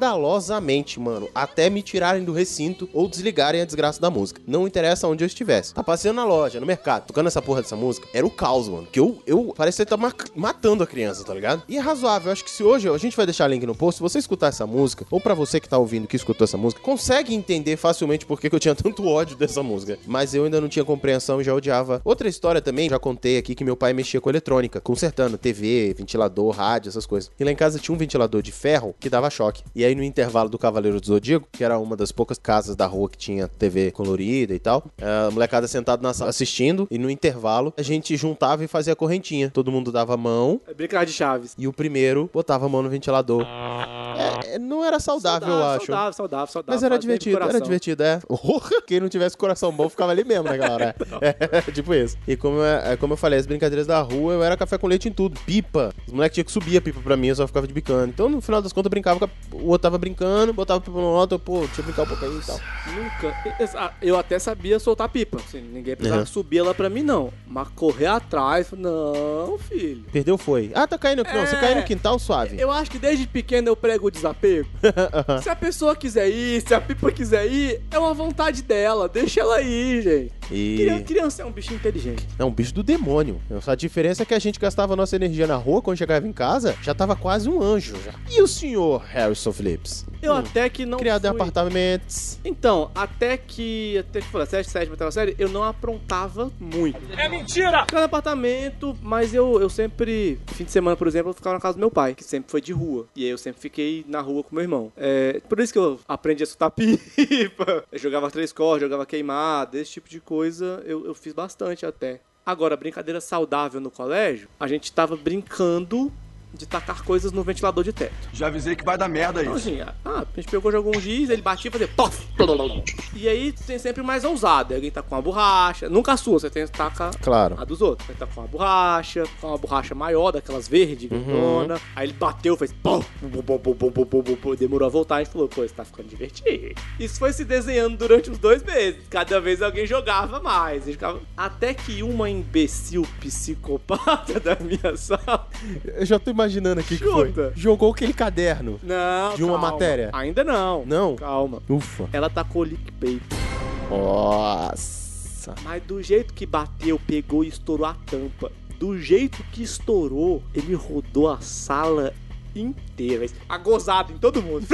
escandalosamente, mano. Até me tirarem do recinto ou desligarem a desgraça da música. Não interessa onde eu estivesse. Tá passeando na loja, no mercado, tocando essa porra dessa música. Era o caos, mano. Que eu, eu parecia estar matando a criança, tá ligado? E é razoável. Eu acho que se hoje a gente vai deixar link no post, se você escutar essa música, ou pra você que tá ouvindo que escutou essa música, consegue entender facilmente por que que eu tinha tanto ódio dessa música. Mas eu ainda não tinha compreensão e já odiava. Outra história também, já contei aqui que meu pai mexia com eletrônica, consertando TV, ventilador, rádio, essas coisas. E lá em casa tinha um ventilador de ferro que dava choque. E aí no intervalo do Cavaleiro do Zodíaco, que era uma das poucas casas da rua que tinha TV colorida e tal, eh, a molecada sentada na sala assistindo, e no intervalo a gente juntava e fazia correntinha. Todo mundo dava a mão, É brincar de chaves. e o primeiro botava a mão no ventilador. É, é, não era saudável, eu acho. Saudável, saudável, saudável. Mas era Faz bem pro divertido, era coração. divertido, é. Quem não tivesse coração bom ficava ali mesmo naquela hora. É, tipo isso. E como eu, é, como eu falei, as brincadeiras da rua, eu era café com leite em tudo. Pipa. Os moleques tinham que subir a pipa pra mim, eu só ficava de bicando. Então, no final das contas, eu brincava com a o outro tava brincando, botava pipa no outro, pô, deixa eu brincar um pouco aí e tal. Nunca. Eu até sabia soltar pipa. Assim, ninguém precisava Uhum. subir ela pra mim, não. Mas correr atrás, não, filho. Perdeu foi. Ah, tá caindo. Não, você É. caiu no quintal suave. Eu acho que desde pequeno eu prego o desapego. se a pessoa quiser ir, se a pipa quiser ir, é uma vontade dela. Deixa ela ir, gente. E- Cri- Criança é um bichinho inteligente. É um bicho do demônio. A diferença é que a gente gastava nossa energia na rua, quando chegava em casa, já tava quase um anjo já. E o senhor Harrison Phillips? Eu até que não. Criado é em fui- apartamentos. Então, até que. Até que foi a sétima, sétima, oitava série, eu não aprontava muito. É mentira! Ficava no apartamento, mas eu, eu sempre. Fim de semana, por exemplo, eu ficava na casa do meu pai, que sempre foi de rua. E aí eu sempre fiquei na rua com meu irmão. É, por isso que eu aprendi a soltar pipa. Eu jogava três cordas, jogava queimada, esse tipo de coisa eu, eu fiz bastante até. Agora, brincadeira saudável no colégio, a gente tava brincando de tacar coisas no ventilador de teto. Já avisei que vai dar merda Então, isso. assim, ah, a gente pegou, jogou um giz, ele batia e fazia tof. plololol. E aí tem sempre mais ousado. Alguém tá com uma borracha. Nunca a sua, você tem taca Claro. a dos outros. Aí tá com uma borracha, com uma borracha maior, daquelas verde, Uhum. grandona. Aí ele bateu, fez pum, pum, pum, pum, pum, pum, pum, pum, pum. demorou a voltar. A gente falou, pô, isso tá ficando divertido. Isso foi se desenhando durante uns dois meses. Cada vez alguém jogava mais. A gente ficava- Até que uma imbecil psicopata da minha sala Eu já tô imaginando aqui que Chuta. foi. Jogou aquele caderno. Não. De uma calma. matéria? Ainda não. Não? Calma. Ufa. Ela tá tacou clickbait. Nossa. Mas do jeito que bateu, pegou e estourou a tampa. Do jeito que estourou, ele rodou a sala inteira. A gozada em todo mundo.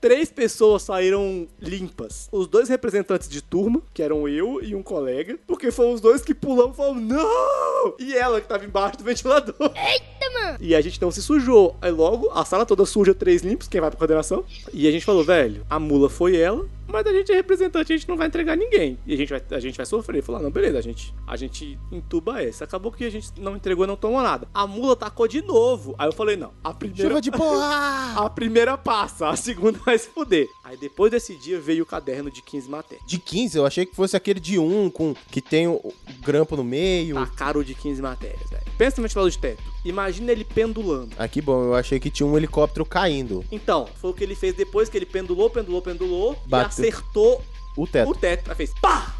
Três pessoas saíram limpas. Os dois representantes de turma, que eram eu e um colega, porque foram os dois que pulamos e falamos, não! E ela que tava embaixo do ventilador. Eita, mano! E a gente não se sujou. Aí logo, a sala toda suja, três limpos, quem vai pra coordenação? E a gente falou, velho, a mula foi ela, mas a gente é representante, a gente não vai entregar ninguém. E a gente vai, a gente vai sofrer. Falou, ah, não, beleza, a gente, a gente entuba essa. Acabou que a gente não entregou, não tomou nada. A mula tacou de novo. Aí eu falei, não, a primeira... Chuva de porra! A primeira passa, a segunda vai se fuder. Aí depois desse dia veio o caderno de 15 matérias. De 15, eu achei que fosse aquele de 1 com que tem o, o grampo no meio. Tá caro de 15 matérias, velho. Pensa no ventilador de teto. Imagina ele pendulando. Ah, que bom, eu achei que tinha um helicóptero caindo. Então, foi o que ele fez depois que ele pendulou, pendulou, pendulou Bateu. e acertou O teto. o teto. Aí fez pá!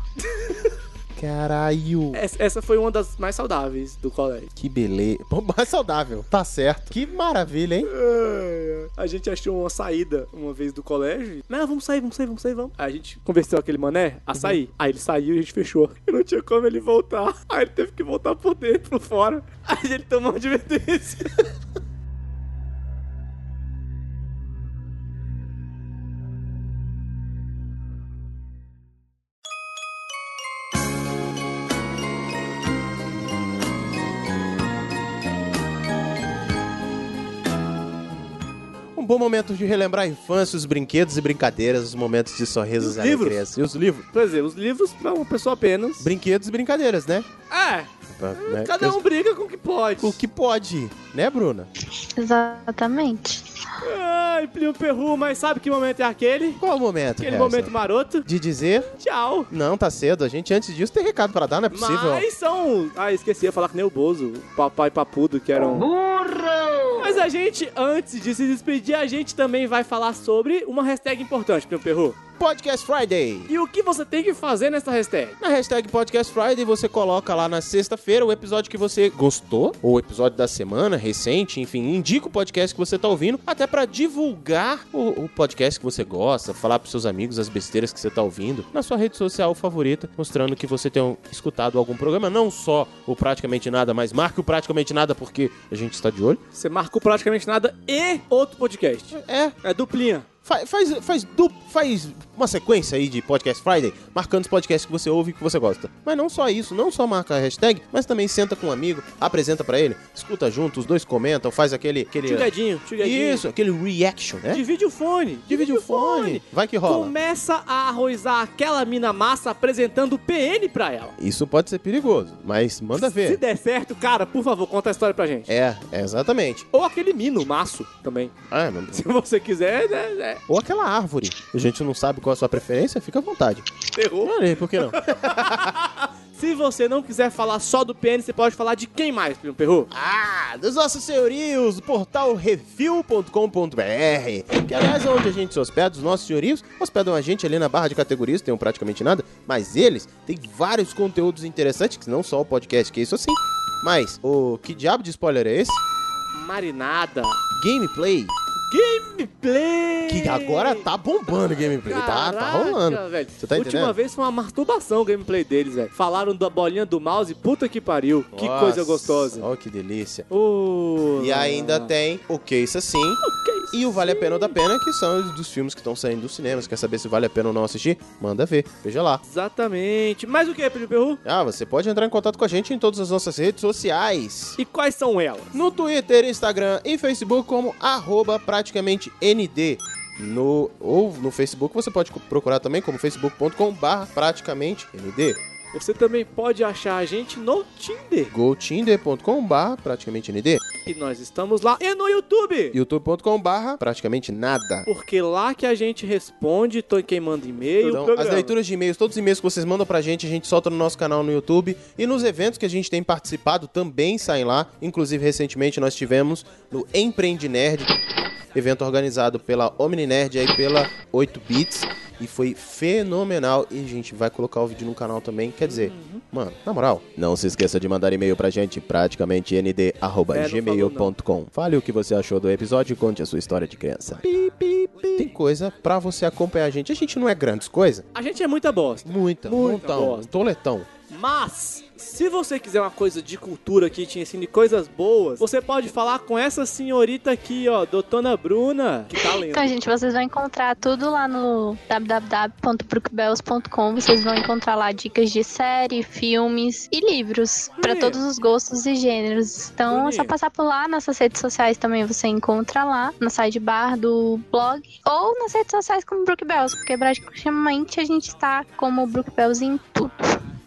Caralho. Essa, essa foi uma das mais saudáveis do colégio. Que beleza. Pô, mais saudável. Tá certo. Que maravilha, hein? A gente achou uma saída uma vez do colégio. Não, vamos sair, vamos sair, vamos sair, vamos. Aí a gente convenceu aquele mané a sair. Aí ele saiu e a gente fechou. E não tinha como ele voltar. Aí ele teve que voltar por dentro, por fora. Aí ele tomou uma advertência. Um bom momento de relembrar a infância, os brinquedos e brincadeiras, os momentos de sorrisos os e livros? alegrias. E os livros. Quer dizer, é, os livros pra uma pessoa apenas. Brinquedos e brincadeiras, né? É, Pra- né? cada um briga com o que pode. O que pode, né, Bruna? Exatamente. Ai, Plio Perru, mas sabe que momento é aquele? Qual o momento? Aquele Harrison? momento maroto. De dizer. Tchau. Não, tá cedo. A gente, antes disso, tem recado pra dar, não é possível. Mas são. Ah, esqueci ia falar que nem o Bozo, o papai papudo, que eram. Burro! Mas a gente, antes de se despedir, a gente também vai falar sobre uma hashtag importante, Primo Perru. Podcast Friday. E o que você tem que fazer nessa hashtag? Na hashtag Podcast Friday, você coloca lá na sexta-feira o episódio que você gostou, ou o episódio da semana, recente, enfim, indica o podcast que você tá ouvindo, até pra divulgar o, o podcast que você gosta, falar pros seus amigos as besteiras que você tá ouvindo, na sua rede social favorita, mostrando que você tem um- escutado algum programa, não só o Praticamente Nada, mas marque o Praticamente Nada porque a gente está de olho. Você marcou praticamente nada e outro podcast. É. É duplinha. Fa- Faz, faz, du- faz uma sequência aí de Podcast Friday, marcando os podcasts que você ouve e que você gosta. Mas não só isso, não só marca a hashtag, mas também senta com um amigo, apresenta pra ele, escuta junto, os dois comentam, faz aquele... aquele Tigadinho, tigadinho. Isso, aquele reaction, né? Divide o fone. Divide o fone. Vai que rola. Começa a arrozar aquela mina massa apresentando o PN pra ela. Isso pode ser perigoso, mas manda Se ver. der certo, cara, por favor, conta a história pra gente. É, é exatamente. Ou aquele mino, maço, também. É, mano. Se você quiser, né? é. Ou aquela árvore. A gente não sabe qual é a sua preferência, fica à vontade. Terror. Olha aí, por que não? Se você não quiser falar só do pênis, você pode falar de quem mais, Primo Perru? Ah, dos nossos senhorios, do portal review.com.br, que aliás é onde a gente se hospeda, os nossos senhorios hospedam a gente ali na barra de categorias, tem um praticamente nada, mas eles têm vários conteúdos interessantes, que não só o podcast, que é isso assim, mas o que diabo de spoiler é esse? Marinada. Gameplay. Gameplay! Que agora tá bombando o gameplay, tá, tá Caraca, rolando. velho. Você tá entendendo? Última vez foi uma masturbação o gameplay deles, velho. Falaram da bolinha do mouse, puta que pariu. Que Nossa, coisa gostosa. Ah. Ó, que delícia. Ô, E ainda tem o que isso assim. é E o Vale a Pena ou da Pena, que são os dos filmes que estão saindo dos cinemas. Quer saber se vale a pena ou não assistir? Manda ver, veja lá. Exatamente. Mais o que, Pedro Perru? Ah, você pode entrar em contato com a gente em todas as nossas redes sociais. E quais são elas? No Twitter, Instagram e Facebook como arroba praticamente ND. No, ou no Facebook você pode co- procurar também como facebook.com barra praticamente ND. Você também pode achar a gente no Tinder. GoTinder.com barra praticamente ND. E nós estamos lá. E no YouTube. youtube.com barra praticamente nada. Porque lá que a gente responde, tô quem manda e-mail. Então, programa. as leituras de e-mails, todos os e-mails que vocês mandam pra gente, a gente solta no nosso canal no YouTube e nos eventos que a gente tem participado também saem lá. Inclusive, recentemente nós tivemos no Empreende Nerd, evento organizado pela Omni Nerd e pela 8 Bits. E foi fenomenal. E a gente vai colocar o vídeo no canal também. Quer dizer, mano, na moral, não se esqueça de mandar e-mail pra gente, praticamente nd.gmail.com. Fale o que você achou do episódio e conte a sua história de criança. Tem coisa pra você acompanhar a gente. A gente não é grandes coisas. A gente é muita bosta. Muita, Muita montão, bosta. toletão. Mas, se você quiser uma coisa de cultura que te ensine coisas boas, você pode falar com essa senhorita aqui, ó, Dotona Bruna, que tá lendo. Então, gente, vocês vão encontrar tudo lá no www.brookbells.com. Vocês vão encontrar lá dicas de série, filmes e livros pra Bonito. todos os gostos e gêneros. Então, é só Bonito. passar por lá. Nossas redes sociais também você encontra lá, na sidebar do blog ou nas redes sociais como Brook Bells, porque praticamente a gente está como Brook Bells em tudo.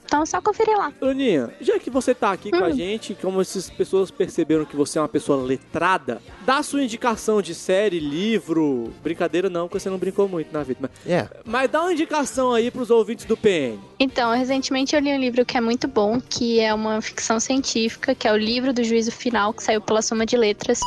Então, é só conferir lá. Bruninha, já que você tá aqui com a Hum. gente, como essas pessoas perceberam que você é uma pessoa letrada, dá a sua indicação de série, livro, brincadeira não, porque você não brincou muito na vida, mas, É. mas dá uma indicação aí pros ouvintes do PN. Então, recentemente eu li um livro que é muito bom, que é uma ficção científica, que é o livro do juízo final, que saiu pela Soma de Letras.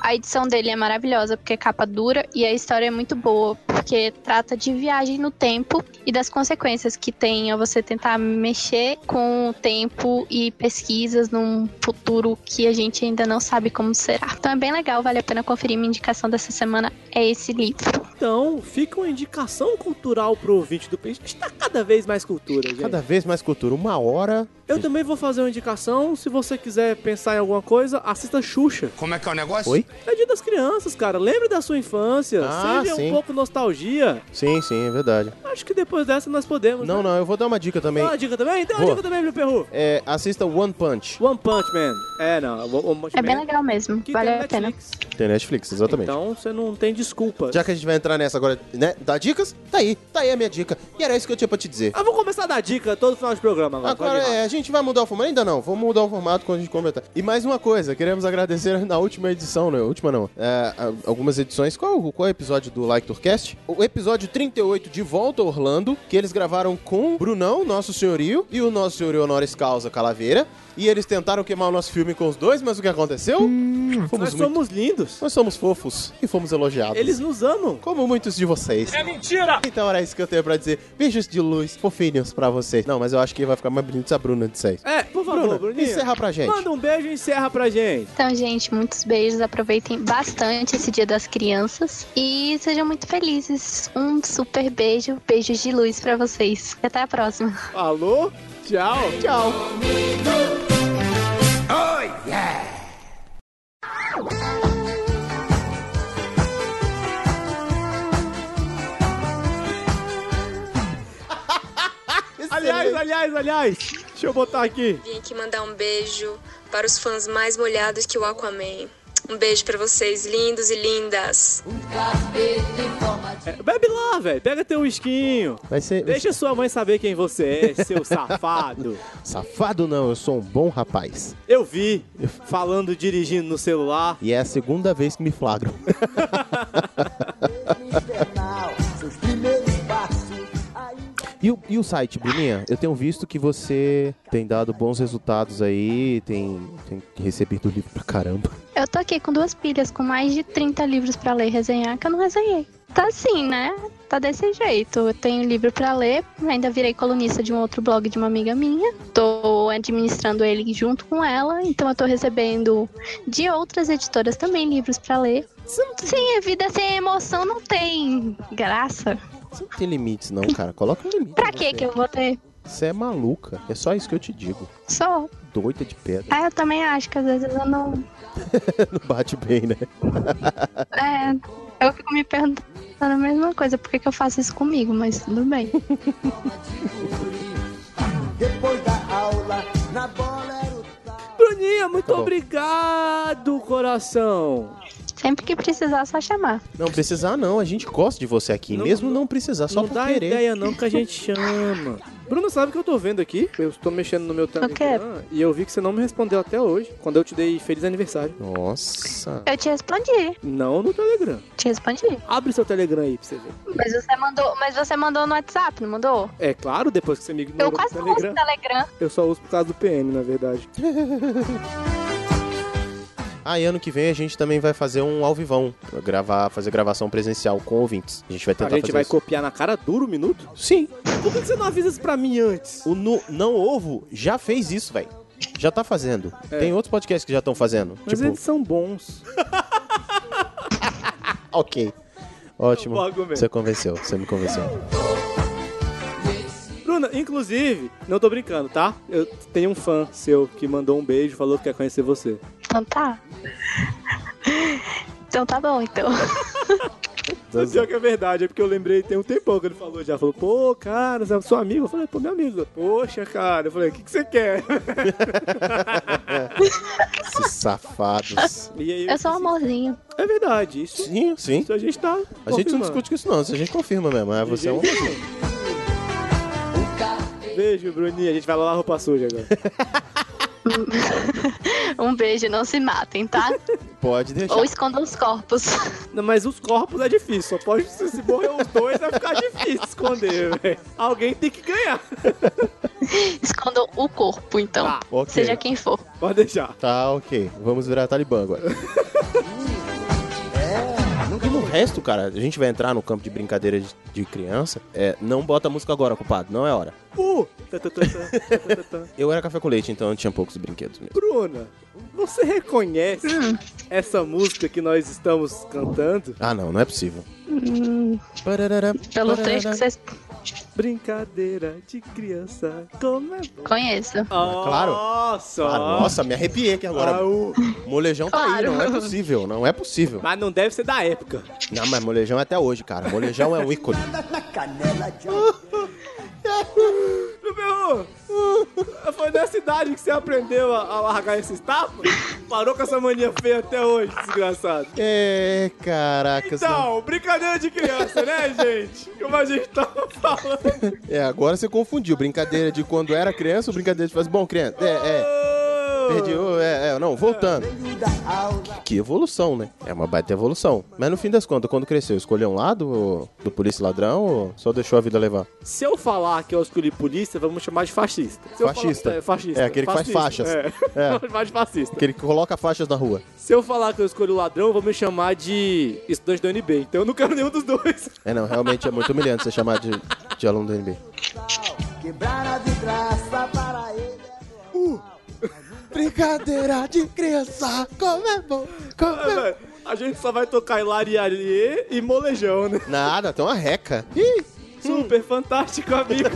A edição dele é maravilhosa, porque é capa dura e a história é muito boa, porque trata de viagem no tempo e das consequências que tem a você tentar mexer com o tempo e pesquisas num futuro que a gente ainda não sabe como será. Então é bem legal, vale a pena conferir. Minha indicação dessa semana é esse livro. Então, fica uma indicação cultural pro ouvinte do PN. A gente tá cada vez mais cultura, gente. Cada vez mais cultura. Uma hora. Eu também vou fazer uma indicação. Se você quiser pensar em alguma coisa, assista Xuxa. Como é que é o negócio? Oi? É dia das crianças, cara. Lembre da sua infância. Ah, seja sim. um pouco nostalgia. Sim, sim, é verdade. Acho que depois dessa nós podemos. Não, não, eu vou dar uma dica também. Dá uma dica também? Dá uma Boa. dica também, meu perru. É, assista One Punch. One Punch Man. É, não. One Punch É bem Man. legal mesmo, Que vale tem a pena. Netflix. Tem Netflix, exatamente. Então você não tem desculpa. Já que a gente vai entrar nessa agora, né? Dá dicas? Tá aí, tá aí a minha dica. E era isso que eu tinha pra te dizer. Ah, vou começar a dar dica todo final de programa agora. Agora Ah, pode ir. é, a gente vai mudar o formato? Ainda não, vamos mudar o formato quando a gente comentar. E mais uma coisa, queremos agradecer na última edição, né? Última não. é, a- algumas edições. Qual, qual é o episódio do Like Tourcast? O episódio 38 de Volta a Orlando, que eles gravaram com o Brunão, nosso senhorio, e o nosso senhorio honoris causa Calaveira. E eles tentaram queimar o nosso filme com os dois, mas o que aconteceu? Hum, Nós muito- somos lindos. Nós somos fofos e fomos elogiados. Eles nos amam. Como muitos de vocês. É mentira! Então era isso que eu tenho pra dizer. Beijos de luz, fofinhos pra vocês. Não, mas eu acho que vai ficar mais bonito se a Bruna disser isso. É, por favor, Bruna, Bruninho. encerra pra gente. Manda um beijo e encerra pra gente. Então, gente, muitos beijos. Aproveitem bastante esse Dia das Crianças e sejam muito felizes. Um super beijo, beijos de luz pra vocês. Até a próxima. Alô? Tchau. Tchau. Oh, yeah! Aliás, aliás, aliás, deixa eu botar aqui. Vim aqui mandar um beijo para os fãs mais molhados que o Aquaman. Um beijo pra vocês, lindos e lindas. É, Bebe lá, velho. Pega teu esquinho. Vai ser. Deixa sua mãe saber quem você é, seu safado. Safado não, eu sou um bom rapaz. Eu vi falando dirigindo no celular. E é a segunda vez que me flagram. Infernal, seus primeiros passos. E o, e o site, Bruninha, eu tenho visto que você tem dado bons resultados aí, tem, tem recebido livro pra caramba. Eu tô aqui com duas pilhas, com mais de 30 livros pra ler e resenhar, que eu não resenhei. Tá assim, né? Tá desse jeito. Eu tenho livro pra ler, ainda virei colunista de um outro blog de uma amiga minha. Tô administrando ele junto com ela, então eu tô recebendo de outras editoras também livros pra ler. Sim, a vida sem emoção não tem graça. Você não tem limites, não, cara. Coloca um limite. Pra que você. que eu vou ter? Você é maluca. É só isso que eu te digo. Só. Doida de pedra. Ah, eu também acho que às vezes eu não. não bate bem, né? É, eu fico me perguntando a mesma coisa, por que, que eu faço isso comigo, mas tudo bem. Depois da aula, na bola era o Bruninha, muito Tá bom. obrigado, coração. Sempre que precisar, só chamar. Não precisar, não. A gente gosta de você aqui. Não- Mesmo não precisar, só não por dá querer. ideia não que a gente chama. Bruna, sabe o que eu tô vendo aqui? Eu estou mexendo no meu Telegram e eu vi que você não me respondeu até hoje, quando eu te dei feliz aniversário. Nossa. Eu te respondi, Não no Telegram. te respondi. Abre seu Telegram aí pra você ver. Mas você mandou, mas você mandou no WhatsApp, não mandou? É claro, depois que você me Eu ignorou no quase não uso Telegram. o Telegram. Eu só uso por causa do PM, na verdade. Ah, e ano que vem a gente também vai fazer um ao vivão. Gravar, fazer gravação presencial com ouvintes. A gente vai A tentar gente fazer vai isso. copiar na cara duro o minuto? Sim. Por que que você não avisa isso pra mim antes? O Nu- Não Ovo já fez isso, velho. Já tá fazendo. É. Tem outros podcasts que já estão fazendo. Mas tipo, eles são bons. ok. Ótimo. Bom argumento. Você convenceu, você me convenceu. Bruna, inclusive, não tô brincando, tá? Eu tenho um fã seu que mandou um beijo, falou que quer conhecer você. Então tá. Então tá bom, então. Mas pior que é verdade, é porque eu lembrei tem um tempão que ele falou já. Falou, pô, cara, você é seu amigo? Eu falei, pô, meu amigo. Poxa, cara. Eu falei, o que, que você quer? Esses safados. E aí, Eu sou um amorzinho. é verdade, isso. Sim, sim. Isso a gente tá. A gente não confirmando. discute com isso, não. Isso a gente confirma mesmo. É, você é um. Beijo, Bruninha. A gente vai lavar roupa suja agora. Um beijo, não se matem, tá? Pode deixar. Ou escondam os corpos. Não, mas os corpos é difícil. Só pode se, se morrer os dois, vai ficar difícil esconder, velho. Alguém tem que ganhar. Escondam o corpo, então. Tá, ok. Seja quem for. Pode deixar. Tá, ok. Vamos virar Talibã agora. É, E no resto, cara, a gente vai entrar no campo de brincadeira de, de criança. É, não bota música agora, culpado. Não é hora. Uh! Tá, tá, tá, tá, tá, tá, tá. Eu era café com leite, então eu tinha poucos brinquedos mesmo. Bruna, você reconhece essa música que nós estamos cantando? Ah, não. Não é possível. Hum, pelo trecho que vocês Brincadeira de criança, como é bom. conhecem. claro. Nossa! Ah, nossa, me arrepiei aqui agora. Ah, o- Molejão tá aí. Claro. Não é possível. Não é possível. Mas não deve ser da época. Não, mas molejão é até hoje, cara. Molejão é um ícone. Na canela de Meu Perru, foi nessa idade que você aprendeu a, a largar esses tapas? Parou com essa mania feia até hoje, desgraçado. É, caraca. Então, brincadeira de criança, né, gente? Como a gente tava falando. É, agora você confundiu. Brincadeira de quando era criança ou brincadeira de fazer. Bom, criança. É, é. Perdi o. É, é, não, voltando. Que evolução, né? É uma baita evolução. Mas no fim das contas, quando cresceu, escolheu um lado ô, do polícia e ladrão ou só deixou a vida levar? Se eu falar que eu escolhi polícia, vamos chamar de fascista. Se eu falar- Fascista. é, fascista. É, aquele que faz Fascista, faixas. É. É. Vamos chamar de fascista. Aquele que coloca faixas na rua. Se eu falar que eu escolhi o ladrão, vão me chamar de estudante do NB. Então eu não quero nenhum dos dois. É, não, realmente é muito humilhante você chamar de, de aluno do NB. quebrar a vidraça para ele. Uh! Brincadeira de criança, como é bom, como Ah, velho, A gente só vai tocar Hilariarie e Molejão, né? Nada, tem uma reca. Ih, Super fantástico, amigo.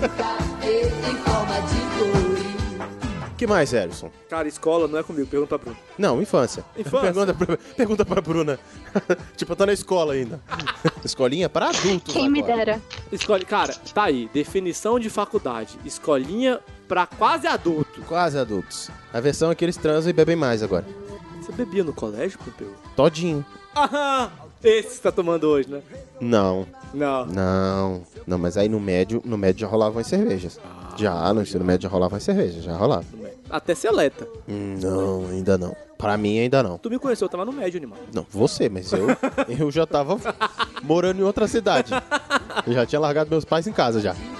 que mais, Erison? Cara, escola não é comigo, pergunta pra Bruno. Não, infância. Infância? Pergunta pra, pergunta pra Bruna. tipo, tá na escola ainda. Escolinha pra adultos Quem me agora. dera. Escola, cara, tá aí. Definição de faculdade. Escolinha pra quase adulto. Quase adultos. A versão é que eles transam e bebem mais agora. Você bebia no colégio, Pompeu? Todinho. Aham! Esse que você tá tomando hoje, né? Não, Não. não. Não, mas aí no médio, no médio já rolavam as cervejas. Já, no ensino médio já rolavam as cervejas, já rolava. Até seleta. Hum, Não, ainda não. Pra mim, ainda não. Tu me conheceu, eu tava no médio, animal. Não, você, mas eu, eu já tava morando em outra cidade. Eu já tinha largado meus pais em casa já.